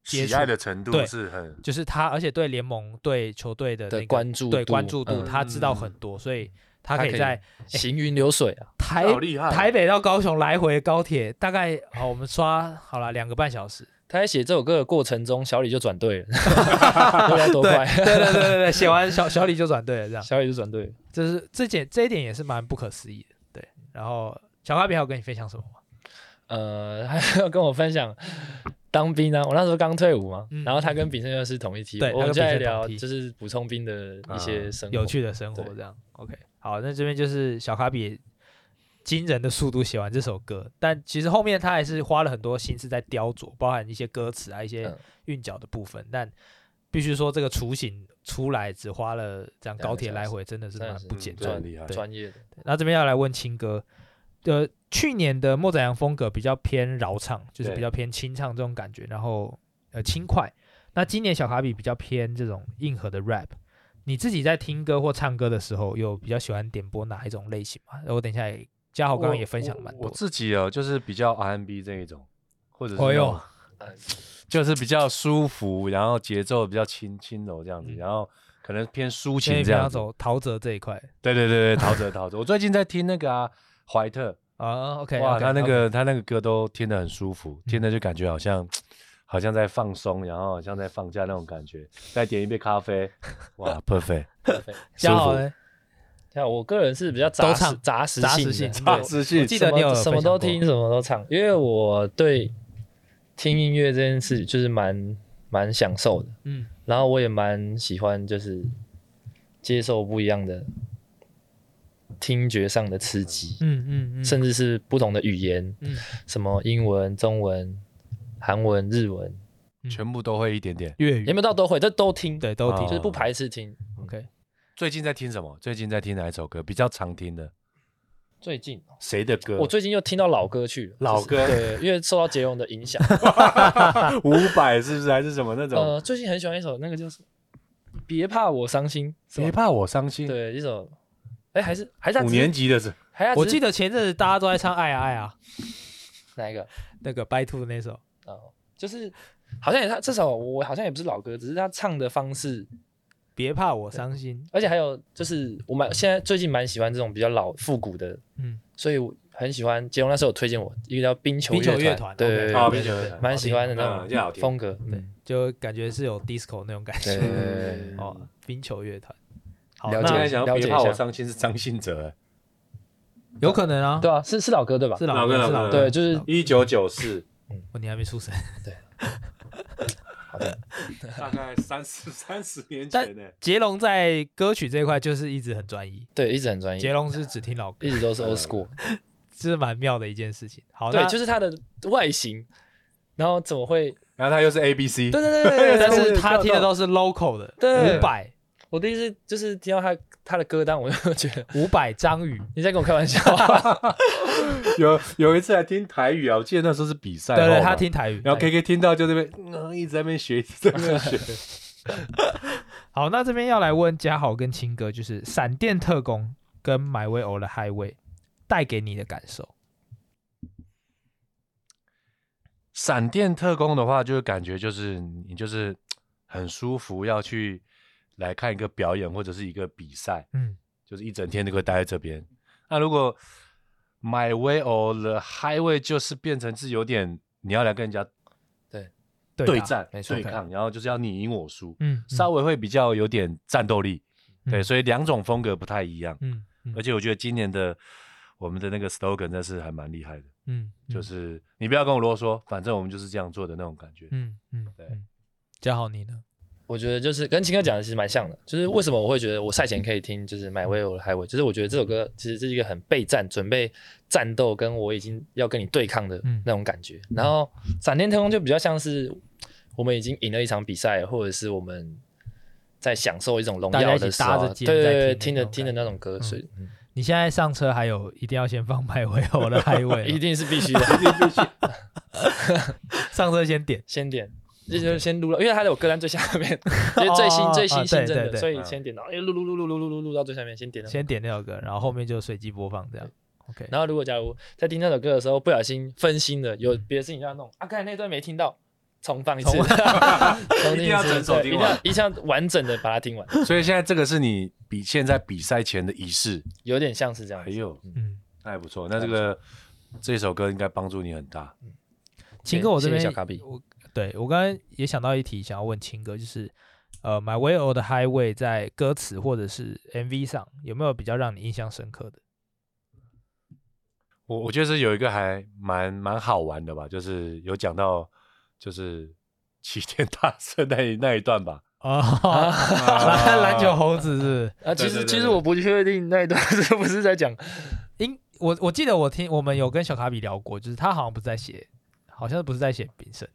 Speaker 2: 接
Speaker 3: 喜
Speaker 2: 触
Speaker 3: 爱的程度
Speaker 2: 对
Speaker 3: 是很
Speaker 2: 就是他，而且对联盟、对球队的那
Speaker 4: 的
Speaker 2: 个
Speaker 4: 关注
Speaker 2: 对
Speaker 4: 度
Speaker 2: 关注度，
Speaker 4: 嗯
Speaker 2: 他知道很多，所以他
Speaker 4: 他
Speaker 2: 可以
Speaker 4: 可以
Speaker 2: 在
Speaker 4: 行云流水啊，
Speaker 2: 台
Speaker 3: 好哦厉害，
Speaker 2: 台北到高雄来回高铁大概好，我们刷好了两个半小时。
Speaker 4: 他在写这首歌的过程中，小李就转队了， 不知道多
Speaker 2: 对
Speaker 4: 快，
Speaker 2: 对对对对对，写完小小李就转队了，这样
Speaker 4: 小李就转队了。
Speaker 2: 就是这点这一点也是蛮不可思议的。对，然后小咖比还有跟你分享什么吗？
Speaker 4: 呃，他要跟我分享当兵啊呢、我那时候刚退伍嘛，
Speaker 2: 嗯
Speaker 4: 然后他跟秉胜又是同一梯，
Speaker 2: 对
Speaker 4: 我
Speaker 2: 他跟
Speaker 4: 们就
Speaker 2: 秉
Speaker 4: 来
Speaker 2: 胜同
Speaker 4: 聊
Speaker 2: 梯啊
Speaker 4: 就是补充兵的一些生活，
Speaker 2: 有趣的生活
Speaker 4: 对
Speaker 2: 这样。OK，好，那这边就是小咖比惊人的速度写完这首歌，但其实后面他还是花了很多心思在雕琢，包含一些歌词啊、一些
Speaker 4: 嗯
Speaker 2: 韵脚的部分。但必须说，这个雏形出来只花了这样
Speaker 4: 两个
Speaker 2: 高铁
Speaker 4: 小
Speaker 2: 来
Speaker 4: 时
Speaker 2: 回，真的是
Speaker 4: 真的
Speaker 2: 蛮
Speaker 4: 是
Speaker 2: 不
Speaker 3: 嗯
Speaker 2: 简
Speaker 3: 真的
Speaker 2: 单
Speaker 3: 很。厉害，
Speaker 4: 专业的，
Speaker 2: 然后这边要来问青哥，呃，去年的莫宰阳风格比较偏饶唱，就是
Speaker 3: 对
Speaker 2: 比较偏清唱这种感觉，然后呃轻快。那今年小卡比比较偏这种硬核的 rap。你自己在听歌或唱歌的时候，有比较喜欢点播哪一种类型吗？我等一下也，嘉豪刚刚也分享了蛮
Speaker 3: 我
Speaker 2: 多
Speaker 3: 我自己哦，就是比较 R&B 这一种，或者是
Speaker 2: 哦
Speaker 3: 那
Speaker 2: 哟
Speaker 3: 种就是比较舒服，然后节奏比较轻轻柔这样子，
Speaker 2: 嗯
Speaker 3: 然后可能偏抒
Speaker 2: 所以
Speaker 3: 情
Speaker 2: 比
Speaker 3: 这
Speaker 2: 较
Speaker 3: 样子。
Speaker 2: 走陶喆这一块
Speaker 3: 对对对对，陶喆陶喆，我最近在听那个啊怀特，
Speaker 2: 啊，OK，
Speaker 3: 哇，
Speaker 2: OK，
Speaker 3: 他那
Speaker 2: OK
Speaker 3: 个他那个歌都听得很舒服，听着就感觉好像好像在放松，然后好像在放假那种感觉。再点一杯咖啡， 哇，perfect，
Speaker 4: 对。
Speaker 2: 嘉豪
Speaker 3: 舒服
Speaker 2: 呢？
Speaker 4: 像我个人是比较
Speaker 2: 都
Speaker 4: 杂
Speaker 2: 唱
Speaker 4: 食杂食
Speaker 2: 杂
Speaker 4: 性
Speaker 2: 食
Speaker 4: 的
Speaker 2: 性
Speaker 4: 对
Speaker 2: 杂
Speaker 3: 自
Speaker 2: 我
Speaker 3: 信
Speaker 2: 记
Speaker 4: 什
Speaker 2: 得
Speaker 4: 么
Speaker 2: 你有
Speaker 4: 什么
Speaker 2: 分享
Speaker 4: 都
Speaker 2: 过
Speaker 4: 听，什么都唱，因为我对听音乐这件事就是蛮蛮享受的，
Speaker 2: 嗯，
Speaker 4: 然后我也蛮喜欢就是接受不一样的听觉上的刺激，
Speaker 2: 嗯嗯嗯，
Speaker 4: 甚至是不同的语言，
Speaker 2: 嗯
Speaker 4: 什么英文、中文、韩文、日文，
Speaker 2: 嗯
Speaker 3: 全部都会一点点。
Speaker 2: 粤
Speaker 4: 有
Speaker 2: 语
Speaker 4: 没有到都会，这都听，
Speaker 2: 对都听
Speaker 4: 就是不排斥听。
Speaker 2: ，OK，
Speaker 3: 最近在听什么？最近在听哪一首歌？比较常听的
Speaker 4: 最近
Speaker 3: 谁的歌？
Speaker 4: 我最近又听到老歌去了，
Speaker 3: 老
Speaker 4: 就是对，因为受到杰荣的影响，
Speaker 3: 五百是不是还是什么那种？
Speaker 4: 呃，最近很喜欢一首，那个就是别怕我伤心，是
Speaker 3: 别
Speaker 4: 吧
Speaker 3: 怕我伤心。
Speaker 4: 对，一首，哎，还是还是他
Speaker 3: 五
Speaker 4: 只是
Speaker 3: 年，级的是
Speaker 4: 还是他
Speaker 2: 我
Speaker 4: 只
Speaker 2: 记
Speaker 4: 是
Speaker 2: 得前阵子大家都在唱《爱啊爱啊
Speaker 4: 哪一个？》
Speaker 2: 那个白兔的那首，
Speaker 4: 哦，就是好像也他这首我好像也不是老歌，只是他唱的方式，
Speaker 2: 别怕我伤心，
Speaker 4: 而且还有就是我蛮现在最近蛮喜欢这种比较老复古的，
Speaker 2: 嗯，
Speaker 4: 所以我很喜欢杰荣那时候有推荐我一个叫冰球
Speaker 2: 冰球乐
Speaker 4: 乐
Speaker 2: 团
Speaker 4: 对
Speaker 2: OK
Speaker 4: 对对
Speaker 2: 啊
Speaker 4: 对，
Speaker 3: 球
Speaker 2: 对
Speaker 4: 蛮喜欢的那
Speaker 3: 嗯这样好
Speaker 4: 种
Speaker 3: 听
Speaker 4: 风格，对
Speaker 2: 对，就感觉是有 disco 那种感
Speaker 4: 对
Speaker 2: 觉
Speaker 4: 对对对对。
Speaker 2: 哦，冰球乐团。好，
Speaker 4: 了解
Speaker 3: 我今
Speaker 2: 那
Speaker 3: 天想要
Speaker 4: 了
Speaker 3: 别
Speaker 4: 解一
Speaker 3: 怕我
Speaker 4: 下
Speaker 3: 伤心是张信哲，
Speaker 2: 有可能啊，
Speaker 4: 对啊，是是老歌对吧？
Speaker 2: 是老
Speaker 3: 老
Speaker 2: 歌
Speaker 3: 歌
Speaker 2: 是
Speaker 3: 老
Speaker 2: 老歌，
Speaker 3: 歌
Speaker 4: 对，就是
Speaker 3: 一九九四，
Speaker 2: 哦你还没出生。
Speaker 3: 大概三十三十年
Speaker 2: 前
Speaker 3: 呢。
Speaker 2: 杰龙在歌曲这一块就是一直很专一，
Speaker 4: 对，一直很专
Speaker 2: 杰
Speaker 4: 业，
Speaker 2: 龙是只听老歌，
Speaker 4: 一直都是 old school。
Speaker 2: 这是蛮妙的一件事情。好，
Speaker 4: 对
Speaker 2: 那，
Speaker 4: 就是他的外形，然后怎么会？
Speaker 3: 然后他又是 A B C，
Speaker 4: 对对对对对。
Speaker 2: 但
Speaker 4: 但
Speaker 2: 是
Speaker 4: 是
Speaker 2: 他
Speaker 3: 跳
Speaker 2: 听的
Speaker 3: 动
Speaker 2: 都是 local 的，
Speaker 4: 对
Speaker 2: 五百
Speaker 4: 我第一次就是听到他他的歌单，我就觉得
Speaker 2: 五百张宇，
Speaker 4: 你在跟我开玩笑啊。
Speaker 3: 有有一次还听台语啊，我记得那时候是比赛，
Speaker 2: 对对，
Speaker 3: 后嘛
Speaker 2: 他听台语。
Speaker 3: 然后 K K 听到就这边，嗯，一直在那边学，一直在那 边学。
Speaker 2: 好，那这边要来问嘉豪跟青哥，就是《闪电特工》跟《My Way or the Highway》带给你的感受。
Speaker 3: 闪电特工的话，就是感觉就是你就是很舒服，要去来看一个表演或者是一个比赛，
Speaker 2: 嗯，
Speaker 3: 就是一整天都可以待在这边。那如果 My Way or the Highway 就是变成是有点你要来跟人家
Speaker 2: 对
Speaker 3: 对
Speaker 2: 吧，
Speaker 3: 战、
Speaker 4: 没错
Speaker 3: 对抗，然后就是要你赢我输，
Speaker 2: 嗯，嗯
Speaker 3: 稍微会比较有点战斗力。
Speaker 2: 嗯
Speaker 3: 对，所以两种风格不太一样。
Speaker 2: 嗯，嗯
Speaker 3: 而且我觉得今年的我们的那个 slogan 真是还蛮厉害的，
Speaker 2: 嗯，
Speaker 3: 就
Speaker 2: 嗯
Speaker 3: 是你不要跟我啰嗦，反正我们就是这样做的那种感觉。
Speaker 2: 嗯嗯，
Speaker 3: 对
Speaker 2: 嗯，嘉豪你呢？
Speaker 4: 我觉得就是跟青哥讲的其实蛮像的，就是为什么我会觉得我赛前可以听就是《My Way or the Highway》，就是我觉得这首歌其实是一个很备战、准备战斗，跟我已经要跟你对抗的
Speaker 2: 嗯
Speaker 4: 那种感觉。然后《闪电特工》就比较像是我们已经赢了一场比赛，或者是我们在享受一种荣
Speaker 2: 大家
Speaker 4: 耀
Speaker 2: 一起
Speaker 4: 的时
Speaker 2: 搭
Speaker 4: 候啊
Speaker 2: 着，肩
Speaker 4: 对
Speaker 2: 在
Speaker 4: 对对，
Speaker 2: 听
Speaker 4: 听
Speaker 2: 的
Speaker 4: 的
Speaker 2: 那种
Speaker 4: 听的那种歌，
Speaker 2: 觉嗯
Speaker 4: 所以、
Speaker 2: 你现在上车还有一定要先放麦回我的 highway，
Speaker 4: 一
Speaker 2: 哦
Speaker 4: 定是 必须的，
Speaker 2: 上车先点。
Speaker 4: 先点。
Speaker 3: 哦
Speaker 4: 这就是先录了，因为它的我歌单最下 面，就是最新
Speaker 2: 哦
Speaker 4: 最新
Speaker 2: 啊
Speaker 4: 新
Speaker 2: 对
Speaker 4: 增
Speaker 2: 对
Speaker 4: 的，
Speaker 2: 对
Speaker 3: 嗯
Speaker 4: 所以先点到，哎，录录录录录录录录到最下面，先点到。
Speaker 2: 先点那首歌，然后后面就随机播放这样。 OK，
Speaker 4: 然后如果假如在听这首歌的时候不小心分心了，有别的事情要弄，啊，刚才那段没听到，重放一次，
Speaker 2: 重
Speaker 4: 重
Speaker 3: 一
Speaker 4: 听
Speaker 3: 定
Speaker 4: 一
Speaker 3: 要
Speaker 4: 次
Speaker 3: 整首
Speaker 4: 对
Speaker 3: 听
Speaker 4: 一定
Speaker 3: 完
Speaker 4: 要一定要完整的把它听完，
Speaker 3: 所以现在这个是你比现在比赛前的仪式。
Speaker 4: 有点像是这样
Speaker 3: 哎
Speaker 4: 子。
Speaker 3: 呦，
Speaker 2: 嗯，
Speaker 3: 那还不错。那这个这首歌应该帮助你很大。
Speaker 2: 秦哥，我这
Speaker 4: 谢谢
Speaker 2: 边
Speaker 4: 小卡比
Speaker 2: 我对我刚刚也想到一题，想要问秦哥，就是呃，My Way or the Highway 在歌词或者是 MV 上有没有比较让你印象深刻的？
Speaker 3: 我我觉得是有一个还蛮蛮好玩的吧，就是有讲到就是 齐天大圣那一那一段吧。
Speaker 2: 哦，篮篮球猴子是不是
Speaker 4: 啊，其
Speaker 3: 对对
Speaker 4: 实
Speaker 3: 对
Speaker 4: 其实
Speaker 3: 对
Speaker 4: 我不确定那一段 是不是在讲，
Speaker 2: 应我我记得我听我们有跟小卡比聊过，就是他好像不是在写，好像不是在写丙申。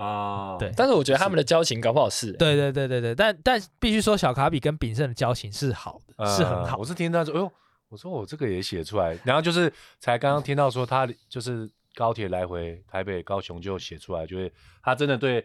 Speaker 3: 啊
Speaker 2: 对
Speaker 4: 但是我觉得他们的交情搞不好是，
Speaker 2: 对对对对对，但但必须说小卡比跟丙申的交情是好的，是
Speaker 4: 嗯
Speaker 2: 很好
Speaker 3: 我。是听到说，哎呦，我说我这个也写出来，然后就是才刚刚听到说他就是高铁来回台北、高雄就写出来，就是他真的对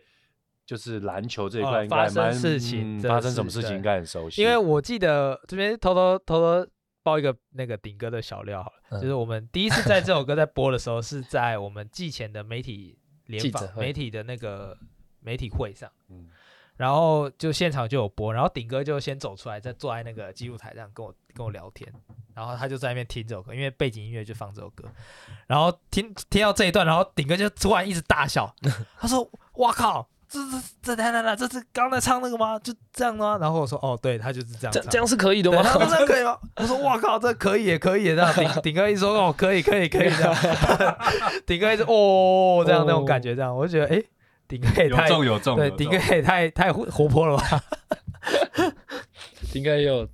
Speaker 3: 就是篮球这一块
Speaker 2: 呃
Speaker 3: 应该
Speaker 2: 发生
Speaker 3: 蛮
Speaker 2: 事情
Speaker 3: 嗯
Speaker 2: 真的
Speaker 3: 发生什么
Speaker 2: 是
Speaker 3: 事情
Speaker 2: 对
Speaker 3: 应该很熟悉，
Speaker 2: 因为我记得这边偷偷偷偷爆一个那个顶哥的小料好了，
Speaker 4: 嗯
Speaker 2: 就是我们第一次在这首歌在播的时候，是在我们季前的媒体联
Speaker 4: 记
Speaker 2: 访
Speaker 4: 者、会
Speaker 2: 媒体的那个媒体会上，
Speaker 3: 嗯
Speaker 2: 然后就现场就有播，然后顶哥就先走出来，在坐在那个记录台上跟我跟我聊天，然后他就在那边听这首歌，因为背景音乐就放这首歌，然后听 听到这一段，然后顶哥就突然一直大笑，他说：“哇靠！”这这这来来来，这是刚才唱那个吗？就这样吗？然后我说哦，对他就是这样
Speaker 4: 这
Speaker 2: 唱
Speaker 4: 这样是可以的
Speaker 2: 对，
Speaker 4: 吗？
Speaker 2: 他说这样可以吗？我说哇靠，这可以耶，可以耶，这样顶顶哥一说哦，可以可以可以这样， 顶哥一直哦这样那种感觉，这样我就觉得哎，顶哥也太
Speaker 3: 有中
Speaker 2: 对，顶哥 也太太活活泼了吧？
Speaker 4: 应该也有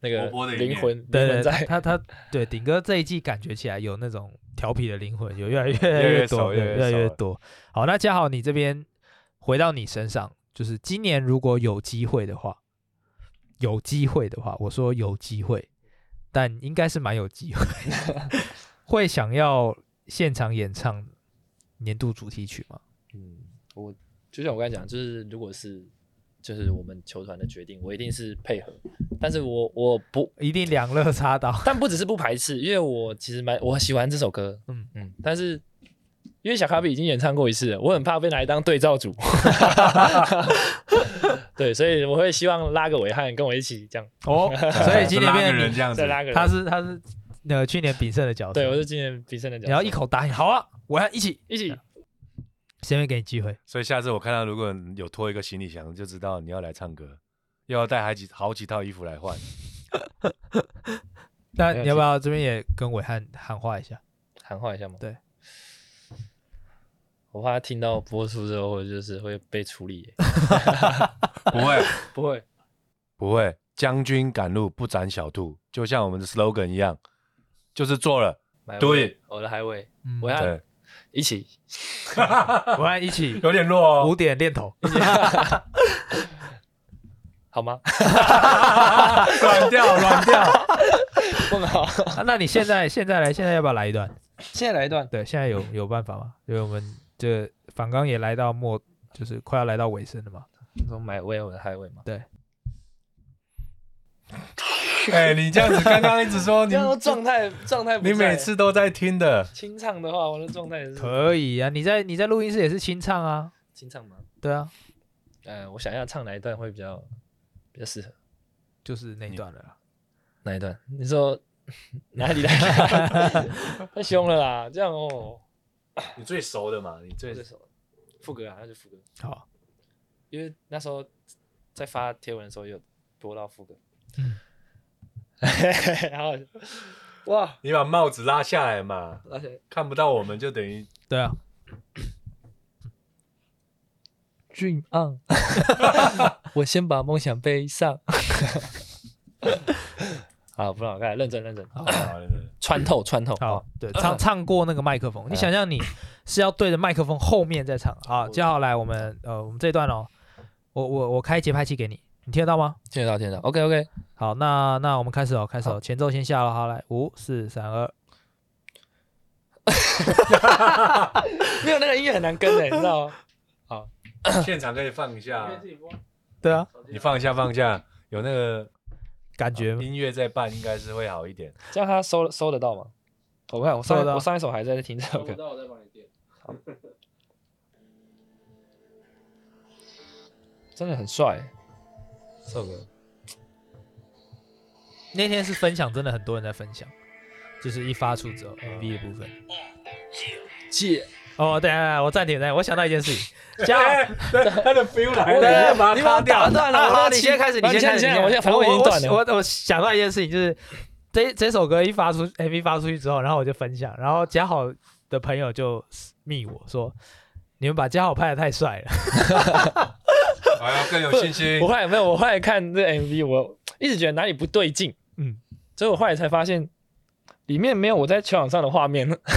Speaker 4: 那个
Speaker 3: 活泼的一面
Speaker 4: 灵魂，
Speaker 2: 对对，对
Speaker 4: 灵魂在。
Speaker 2: 他他对顶哥这一季感觉起来有那种调皮的灵魂，有越来越
Speaker 3: 来越熟
Speaker 2: 多，对
Speaker 3: 越来越
Speaker 2: 越来越
Speaker 3: 熟了
Speaker 2: 多。好，那嘉豪你这边回到你身上，就是今年如果有机会的话，有机会的话，我说有机会，但应该是蛮有机会， 会想要现场演唱年度主题曲吗？
Speaker 4: 嗯，我就像我刚才讲，就是如果是就是我们球团的决定，我一定是配合，但是我我不，
Speaker 2: 一定两肋插刀，
Speaker 4: 但不只是不排斥，因为我其实蛮我喜欢这首歌，
Speaker 2: 嗯
Speaker 4: 嗯嗯，但是。因为小卡比已经演唱过一次了，我很怕被拿来当对 照组， 对，所以我会希望拉个伟汉跟我一起这样
Speaker 2: 哦， 所以今年变成你
Speaker 3: 这样
Speaker 4: 再拉个人
Speaker 2: 他是他是呃去年比胜的角色，
Speaker 4: 对我是今年比赛的角色，
Speaker 2: 你要一口答应，好啊，我要一起，
Speaker 4: 一起
Speaker 2: 谁会给你机会？
Speaker 3: 所以下次我看到如果有拖一个行李箱，就知道你要来唱歌，又要带好几好几套衣服来换。
Speaker 2: 那
Speaker 4: 没有
Speaker 2: 你要不要这边也跟伟汉喊话一下？
Speaker 4: 喊话一下吗？
Speaker 2: 对，
Speaker 4: 我怕他听到播出之后，就是会被处理 耶。
Speaker 3: 不会，
Speaker 4: 不会，
Speaker 3: 不会，将军赶路不斩小兔，就像我们的 slogan 一样，就是做了。
Speaker 4: 买我
Speaker 3: 对，
Speaker 4: 我的海伟，
Speaker 2: 嗯
Speaker 4: 伟汉
Speaker 3: 对，
Speaker 4: 一起。
Speaker 2: 伟汉一起
Speaker 3: 有点弱哦
Speaker 2: 五点练头，
Speaker 4: 好吗？
Speaker 3: 软掉，软 掉。
Speaker 4: 问好。
Speaker 2: 啊那你现在现在来，现在要不要来一段？
Speaker 4: 现在来一段，
Speaker 2: 对，现在有有办法吗？因为我们这反刚也来到末，就是快要来到尾声了嘛。
Speaker 4: 我买我我的海伟嘛。
Speaker 3: 哎，你这样子刚刚一直说你
Speaker 4: 这，样状态状态不在，
Speaker 3: 你每次都在听的，
Speaker 4: 清唱的话，我的状态也是
Speaker 2: 可以啊，你在你在录音室也是清唱啊，
Speaker 4: 清唱吗？
Speaker 2: 对啊，
Speaker 4: 呃，我想要唱哪一段会比较比较适合？
Speaker 2: 就是那一段了啦。
Speaker 4: 哪一段？你说 哪里来？ 太凶了啦！这样哦，
Speaker 3: 你最熟的嘛，你最
Speaker 4: 这首副歌啊，那就副歌。
Speaker 2: 好，
Speaker 4: 因为那时候在发贴文的时候有播到副歌，
Speaker 2: 嗯
Speaker 4: 然后哇，
Speaker 3: 你把帽子拉下来嘛，
Speaker 4: 而且
Speaker 3: 看不到我们就等 于
Speaker 2: 对啊，
Speaker 4: 俊 昂，我先把梦想背上。 好，不然我看认真认真，
Speaker 2: 好
Speaker 3: 啊
Speaker 4: 穿透穿透。
Speaker 2: 好，对，唱唱过那个麦克风，你想象你是要对着麦克风后面再唱。好，接下来我们呃，我们这一段哦，我我我开节拍器给你，你听得到吗？
Speaker 4: 听得到听得到，OK OK。
Speaker 2: 好，那那我们开始哦，开始哦，前奏先下了，好，来，五、四、三、二，
Speaker 4: 没有那个音乐很难跟欸 的，你知道吗？
Speaker 3: 现场可以放一下，
Speaker 2: 对啊，
Speaker 3: 你放一下放一下，有那个
Speaker 2: 感觉
Speaker 3: 音乐在伴，应该是会好一点。
Speaker 4: 这样他收收得到吗？我看我上
Speaker 2: 对的啊
Speaker 4: 我上一首还在听这首歌，
Speaker 2: 我再帮你点。
Speaker 4: 真的很帅欸，这首歌
Speaker 2: 那天是分享，真的很多人在分享，就是一发出之后 MV 的部分。
Speaker 4: 借
Speaker 2: 哦，等一下等一下，我暂停，等一下，我想到一件事情，加油！
Speaker 3: 他的 feel
Speaker 4: 哎
Speaker 3: 来
Speaker 2: 对
Speaker 3: 了，
Speaker 2: 对你把我打断了，
Speaker 4: 啊
Speaker 2: 我
Speaker 4: 好
Speaker 2: 让你
Speaker 4: 你
Speaker 2: 先开始，
Speaker 4: 啊
Speaker 2: 先
Speaker 4: 你先
Speaker 2: 开始，
Speaker 4: 你先
Speaker 2: 开始
Speaker 4: 我先反正我已经断了
Speaker 2: 我我我想到一件事情，就是这这首歌一发出 MV 发出去之后，然后我就分享，然后嘉好的朋友就密我说。你们把嘉好拍的太帅了，
Speaker 3: 哎呀，更有信心
Speaker 4: 我。后来没有，我后来看这 MV，我一直觉得哪里不对劲，
Speaker 2: 嗯
Speaker 4: 嗯，所以我后来才发现里面没有我在球场上的画面，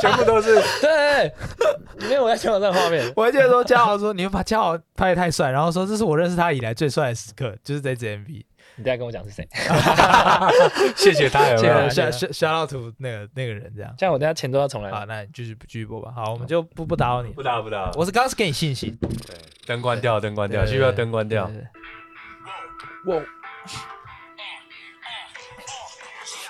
Speaker 3: 全部都是
Speaker 4: 对， 没有我在球场上的画面，
Speaker 2: 我还记得说嘉豪说你们把嘉豪拍的太帅，然后说这是我认识他以来最帅的时刻，就是这支 MV。
Speaker 4: 你等一下跟我讲是谁，
Speaker 3: 谢谢他，有没
Speaker 2: 结
Speaker 3: 有
Speaker 2: 果
Speaker 4: 对？啊
Speaker 2: 下下下到图啊那个那个人这样。
Speaker 4: 这样我等一下前奏要重来。
Speaker 2: 好，那你继续继续播吧。好，我们就不不打扰你。
Speaker 3: 不打不打，
Speaker 2: 我是刚刚是给你信心，
Speaker 3: 对灯关掉，灯关掉，
Speaker 2: 对
Speaker 3: 需不需要灯关掉
Speaker 4: 啊
Speaker 2: 对。对对
Speaker 4: 哇，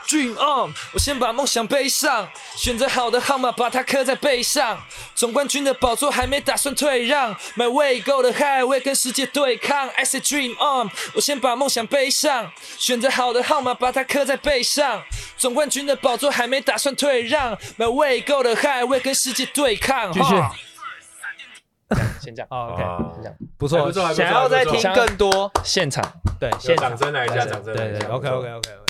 Speaker 1: Dream on，我先把梦想背上，选择好的号码把它刻在背上。总冠军的宝座还没打算退让，My way go 的 high，我要跟世界对抗。I say dream on，我先把梦想背上，选择好的号码把它刻在背上。总冠军的宝座还没打算退让，My way go 的 high，我要跟世界对抗。
Speaker 2: 继续
Speaker 1: 哈
Speaker 4: 先这样，
Speaker 2: 好，OK，
Speaker 3: 啊
Speaker 4: 先这样，
Speaker 2: 不错，
Speaker 3: 还不错还不错
Speaker 2: 想要再
Speaker 3: 还不
Speaker 2: 听
Speaker 4: 哎错
Speaker 2: 更多，
Speaker 4: 现场
Speaker 2: 对，
Speaker 3: 有
Speaker 2: 现场
Speaker 3: 掌声来一下，掌声来
Speaker 2: 对
Speaker 3: 一
Speaker 2: 对
Speaker 3: 下。
Speaker 2: ，OK OK OK OK。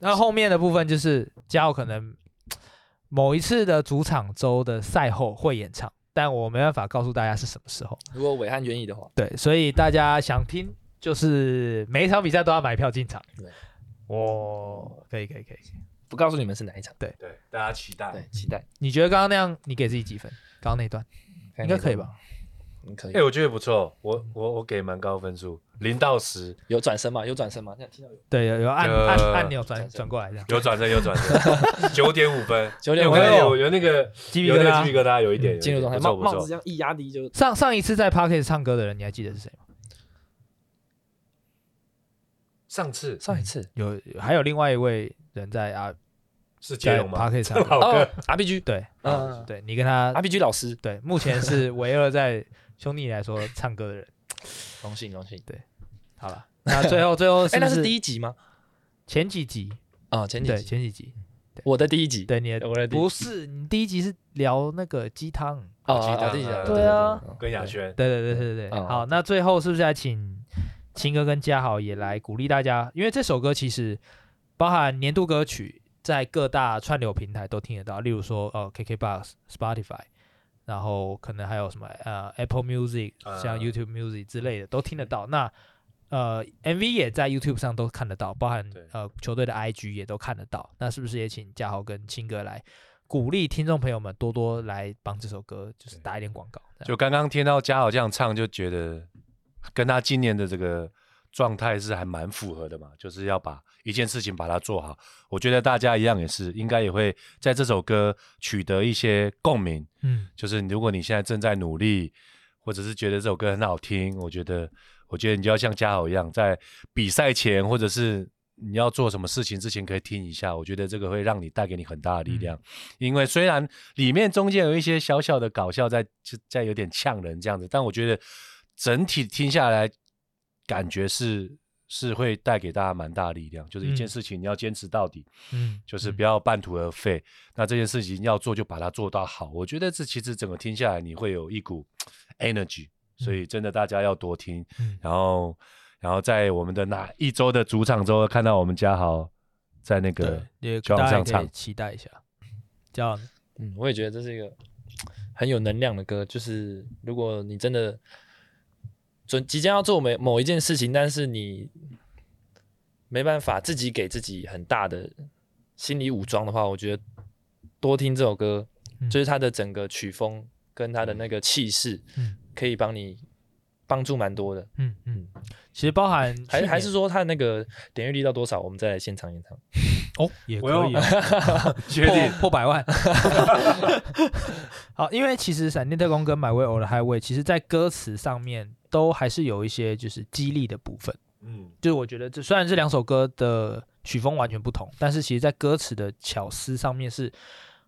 Speaker 2: 那后面的部分就是嘉豪可能某一次的主场周的赛后会演唱，但我没办法告诉大家是什么时候。
Speaker 4: 如果伟汉愿意的话，
Speaker 2: 对，所以大家想听，就是每一场比赛都要买票进场
Speaker 4: 对。
Speaker 2: 哦，可以可以可以。
Speaker 4: 不告诉你们是哪一场，
Speaker 3: 对，大家期待。
Speaker 4: 对，期待，
Speaker 2: 你觉得刚刚那样，你给自己几分？刚刚那 段应该可以吧？
Speaker 4: 嗯？可以嗯
Speaker 3: 哎，，我觉得不错，我我我给蛮高分数，零到十，
Speaker 4: 有转身吗？有转身吗？这样听到有
Speaker 2: 对，有有按按
Speaker 3: 呃
Speaker 2: 按钮转转过来这样。
Speaker 3: 有转正有转 正，九点五分，
Speaker 4: 9.5
Speaker 3: 哎我刚才有有那个
Speaker 2: 鸡皮
Speaker 3: 有
Speaker 2: 疙
Speaker 3: 那
Speaker 2: 瘩
Speaker 3: 个鸡皮疙瘩，有一点
Speaker 4: 嗯进入状态，
Speaker 3: 不错
Speaker 4: 帽
Speaker 3: 不
Speaker 4: 帽子
Speaker 3: 错
Speaker 4: 这。样一压低就
Speaker 2: 上上一次在 p a r k e t 唱歌的人，你还记得是谁吗？
Speaker 3: 上次
Speaker 4: 上一次
Speaker 2: 有还有另外一位人在啊
Speaker 3: 是接
Speaker 2: 在
Speaker 3: 龙
Speaker 2: p
Speaker 3: 吗
Speaker 2: a r？k e t 唱歌，
Speaker 3: 好
Speaker 4: 哦
Speaker 3: 哥，
Speaker 4: ，RPG，
Speaker 2: 对，
Speaker 4: 嗯
Speaker 2: 对你跟他
Speaker 4: ，RPG 老师，
Speaker 2: 对，目前 是唯二在兄弟来说唱歌的人。
Speaker 4: 荣幸荣幸。
Speaker 2: 好 了，那最后最后
Speaker 4: 哎，
Speaker 2: 是
Speaker 4: 那
Speaker 2: 不
Speaker 4: 是
Speaker 2: 是
Speaker 4: 第一集吗？
Speaker 2: 前几集？
Speaker 4: 啊，前几
Speaker 2: 对，
Speaker 4: 集，
Speaker 2: 前几集。
Speaker 4: 我的第一集，
Speaker 2: 对，你的
Speaker 4: 我的第一
Speaker 2: 不是你第一集是聊那个鸡汤。
Speaker 4: 哦，
Speaker 3: 鸡
Speaker 4: 啊
Speaker 3: 蛋
Speaker 4: 第一集
Speaker 3: 啊，
Speaker 2: 对啊
Speaker 3: 跟雅
Speaker 4: 哦
Speaker 3: 轩，
Speaker 2: 对对对对对对。
Speaker 4: 嗯
Speaker 2: 好，那最后是不是要请秦哥跟嘉豪也来鼓励大家？因为这首歌其实包含年度歌曲，在各大串流平台都听得到，例如说呃 KKBox、Spotify，然后可能还有什么呃 Apple Music、
Speaker 3: 啊
Speaker 2: 像 YouTube Music 之类的都听得到。那呃，MV 也在 YouTube 上都看得到，包含
Speaker 3: 对
Speaker 2: 呃球队的 IG 也都看得到。那是不是也请嘉豪跟青哥来鼓励听众朋友们多多来帮这首歌，就是
Speaker 3: 对
Speaker 2: 打一点广告？这样
Speaker 3: 就刚刚听到嘉豪这样唱，就觉得跟他今年的这个状态是还蛮符合的嘛，就是要把一件事情把它做好。我觉得大家一样也是，应该也会在这首歌取得一些共鸣。
Speaker 2: 嗯，
Speaker 3: 就是如果你现在正在努力，或者是觉得这首歌很好听，我觉得，我觉得你就要像嘉豪一样，在比赛前或者是你要做什么事情之前，可以听一下。我觉得这个会让你带给你很大的力量，因为虽然里面中间有一些小小的搞笑在，就在有点呛人这样子，但我觉得整体听下来，感觉是是会带给大家蛮大的力量。就是一件
Speaker 2: 嗯
Speaker 3: 事情你要坚持到底，
Speaker 2: 嗯，
Speaker 3: 就是不
Speaker 2: 要
Speaker 3: 要半途而废。那这件事情要做，就把它做到好。我觉得这其实整个听下来，你会有一股 energy，所以真的大家要多听。
Speaker 2: 嗯
Speaker 3: 然后，然后在我们的哪一周的主场周，看到我们嘉豪在那个
Speaker 2: 对，也
Speaker 3: 就往
Speaker 2: 大
Speaker 3: 上
Speaker 2: 家可以
Speaker 3: 唱
Speaker 2: 期待一下。这样，
Speaker 4: 嗯，我也觉得这是一个很有能量的歌。就是如果你真的准即将要做某某一件事情，但是你没办法自己给自己很大的心理武装的话，我觉得多听这首歌，
Speaker 2: 嗯
Speaker 4: 就是它的整个曲风跟它的那个气势，
Speaker 2: 嗯
Speaker 4: 可以帮你帮助蛮多的。
Speaker 2: 嗯嗯，其实包含
Speaker 4: 还
Speaker 2: 去
Speaker 4: 还
Speaker 2: 年
Speaker 4: 是说它那个点阅率到多少，我们再来现场演唱。
Speaker 2: 哦，也
Speaker 3: 我
Speaker 2: 可以、
Speaker 3: 要
Speaker 2: 哦、
Speaker 3: 确定
Speaker 2: 破破百万。 好，因为其实《闪电特工》跟《My Way or the Highway》其实在歌词上面都还是有一些就是激励的部分，
Speaker 3: 嗯，
Speaker 2: 就是我觉得这虽然这两首歌的曲风完全不同，但是其实在歌词的巧思上面是，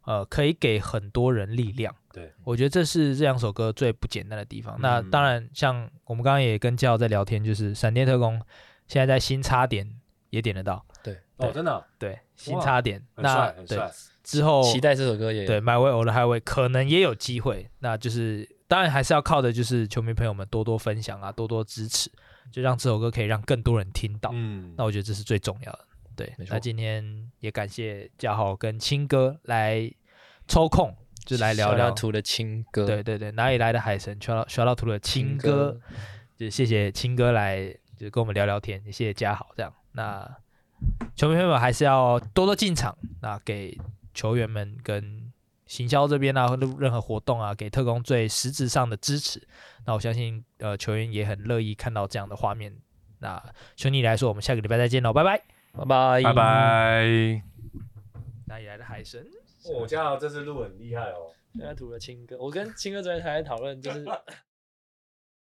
Speaker 2: 呃，可以给很多人力量。
Speaker 3: 对，
Speaker 2: 我觉得这是这两首歌最不简单的地方。那
Speaker 3: 嗯
Speaker 2: 当然，像我们刚刚也跟教在聊天，就是《闪电特工》现在在新插点也点得到，
Speaker 4: 对，
Speaker 3: 哦，真的啊
Speaker 2: 对，新插点。
Speaker 3: 很
Speaker 2: 那
Speaker 3: 帅，很
Speaker 2: 对
Speaker 3: 帅。
Speaker 2: 之后
Speaker 4: 期待这首歌也
Speaker 2: 哦对 My Way or the Highway 可能也有机会，那就是当然还是要靠的就是球迷朋友们多多分享啊，多多支持，就让这首歌可以让更多人听到。
Speaker 3: 嗯
Speaker 2: 那我觉得这是最重要的。对
Speaker 4: 没，错
Speaker 2: 那今天也感谢嘉豪跟青哥来抽空，就来聊
Speaker 4: 小亮
Speaker 2: 聊。
Speaker 4: 图的亲歌，
Speaker 2: 对对对，哪里来的海神？刷到刷到图的青
Speaker 4: 亲
Speaker 2: 哥，，就谢谢青哥来，就跟我们聊聊天，也谢谢嘉豪这样。那球迷朋友们还是要多多进场，那给球员们跟行销这边啊，或者任何活动啊，给特工最实质上的支持。那我相信，呃，球员也很乐意看到这样的画面。那兄弟来说，我们下个礼拜再见喽，拜拜。
Speaker 4: 拜拜
Speaker 3: 拜。拜。
Speaker 2: 哪里来的海神？
Speaker 3: 我家豪这次录很厉害哦。
Speaker 4: 小亮图的亲歌，我跟亲哥昨天还在讨论，就是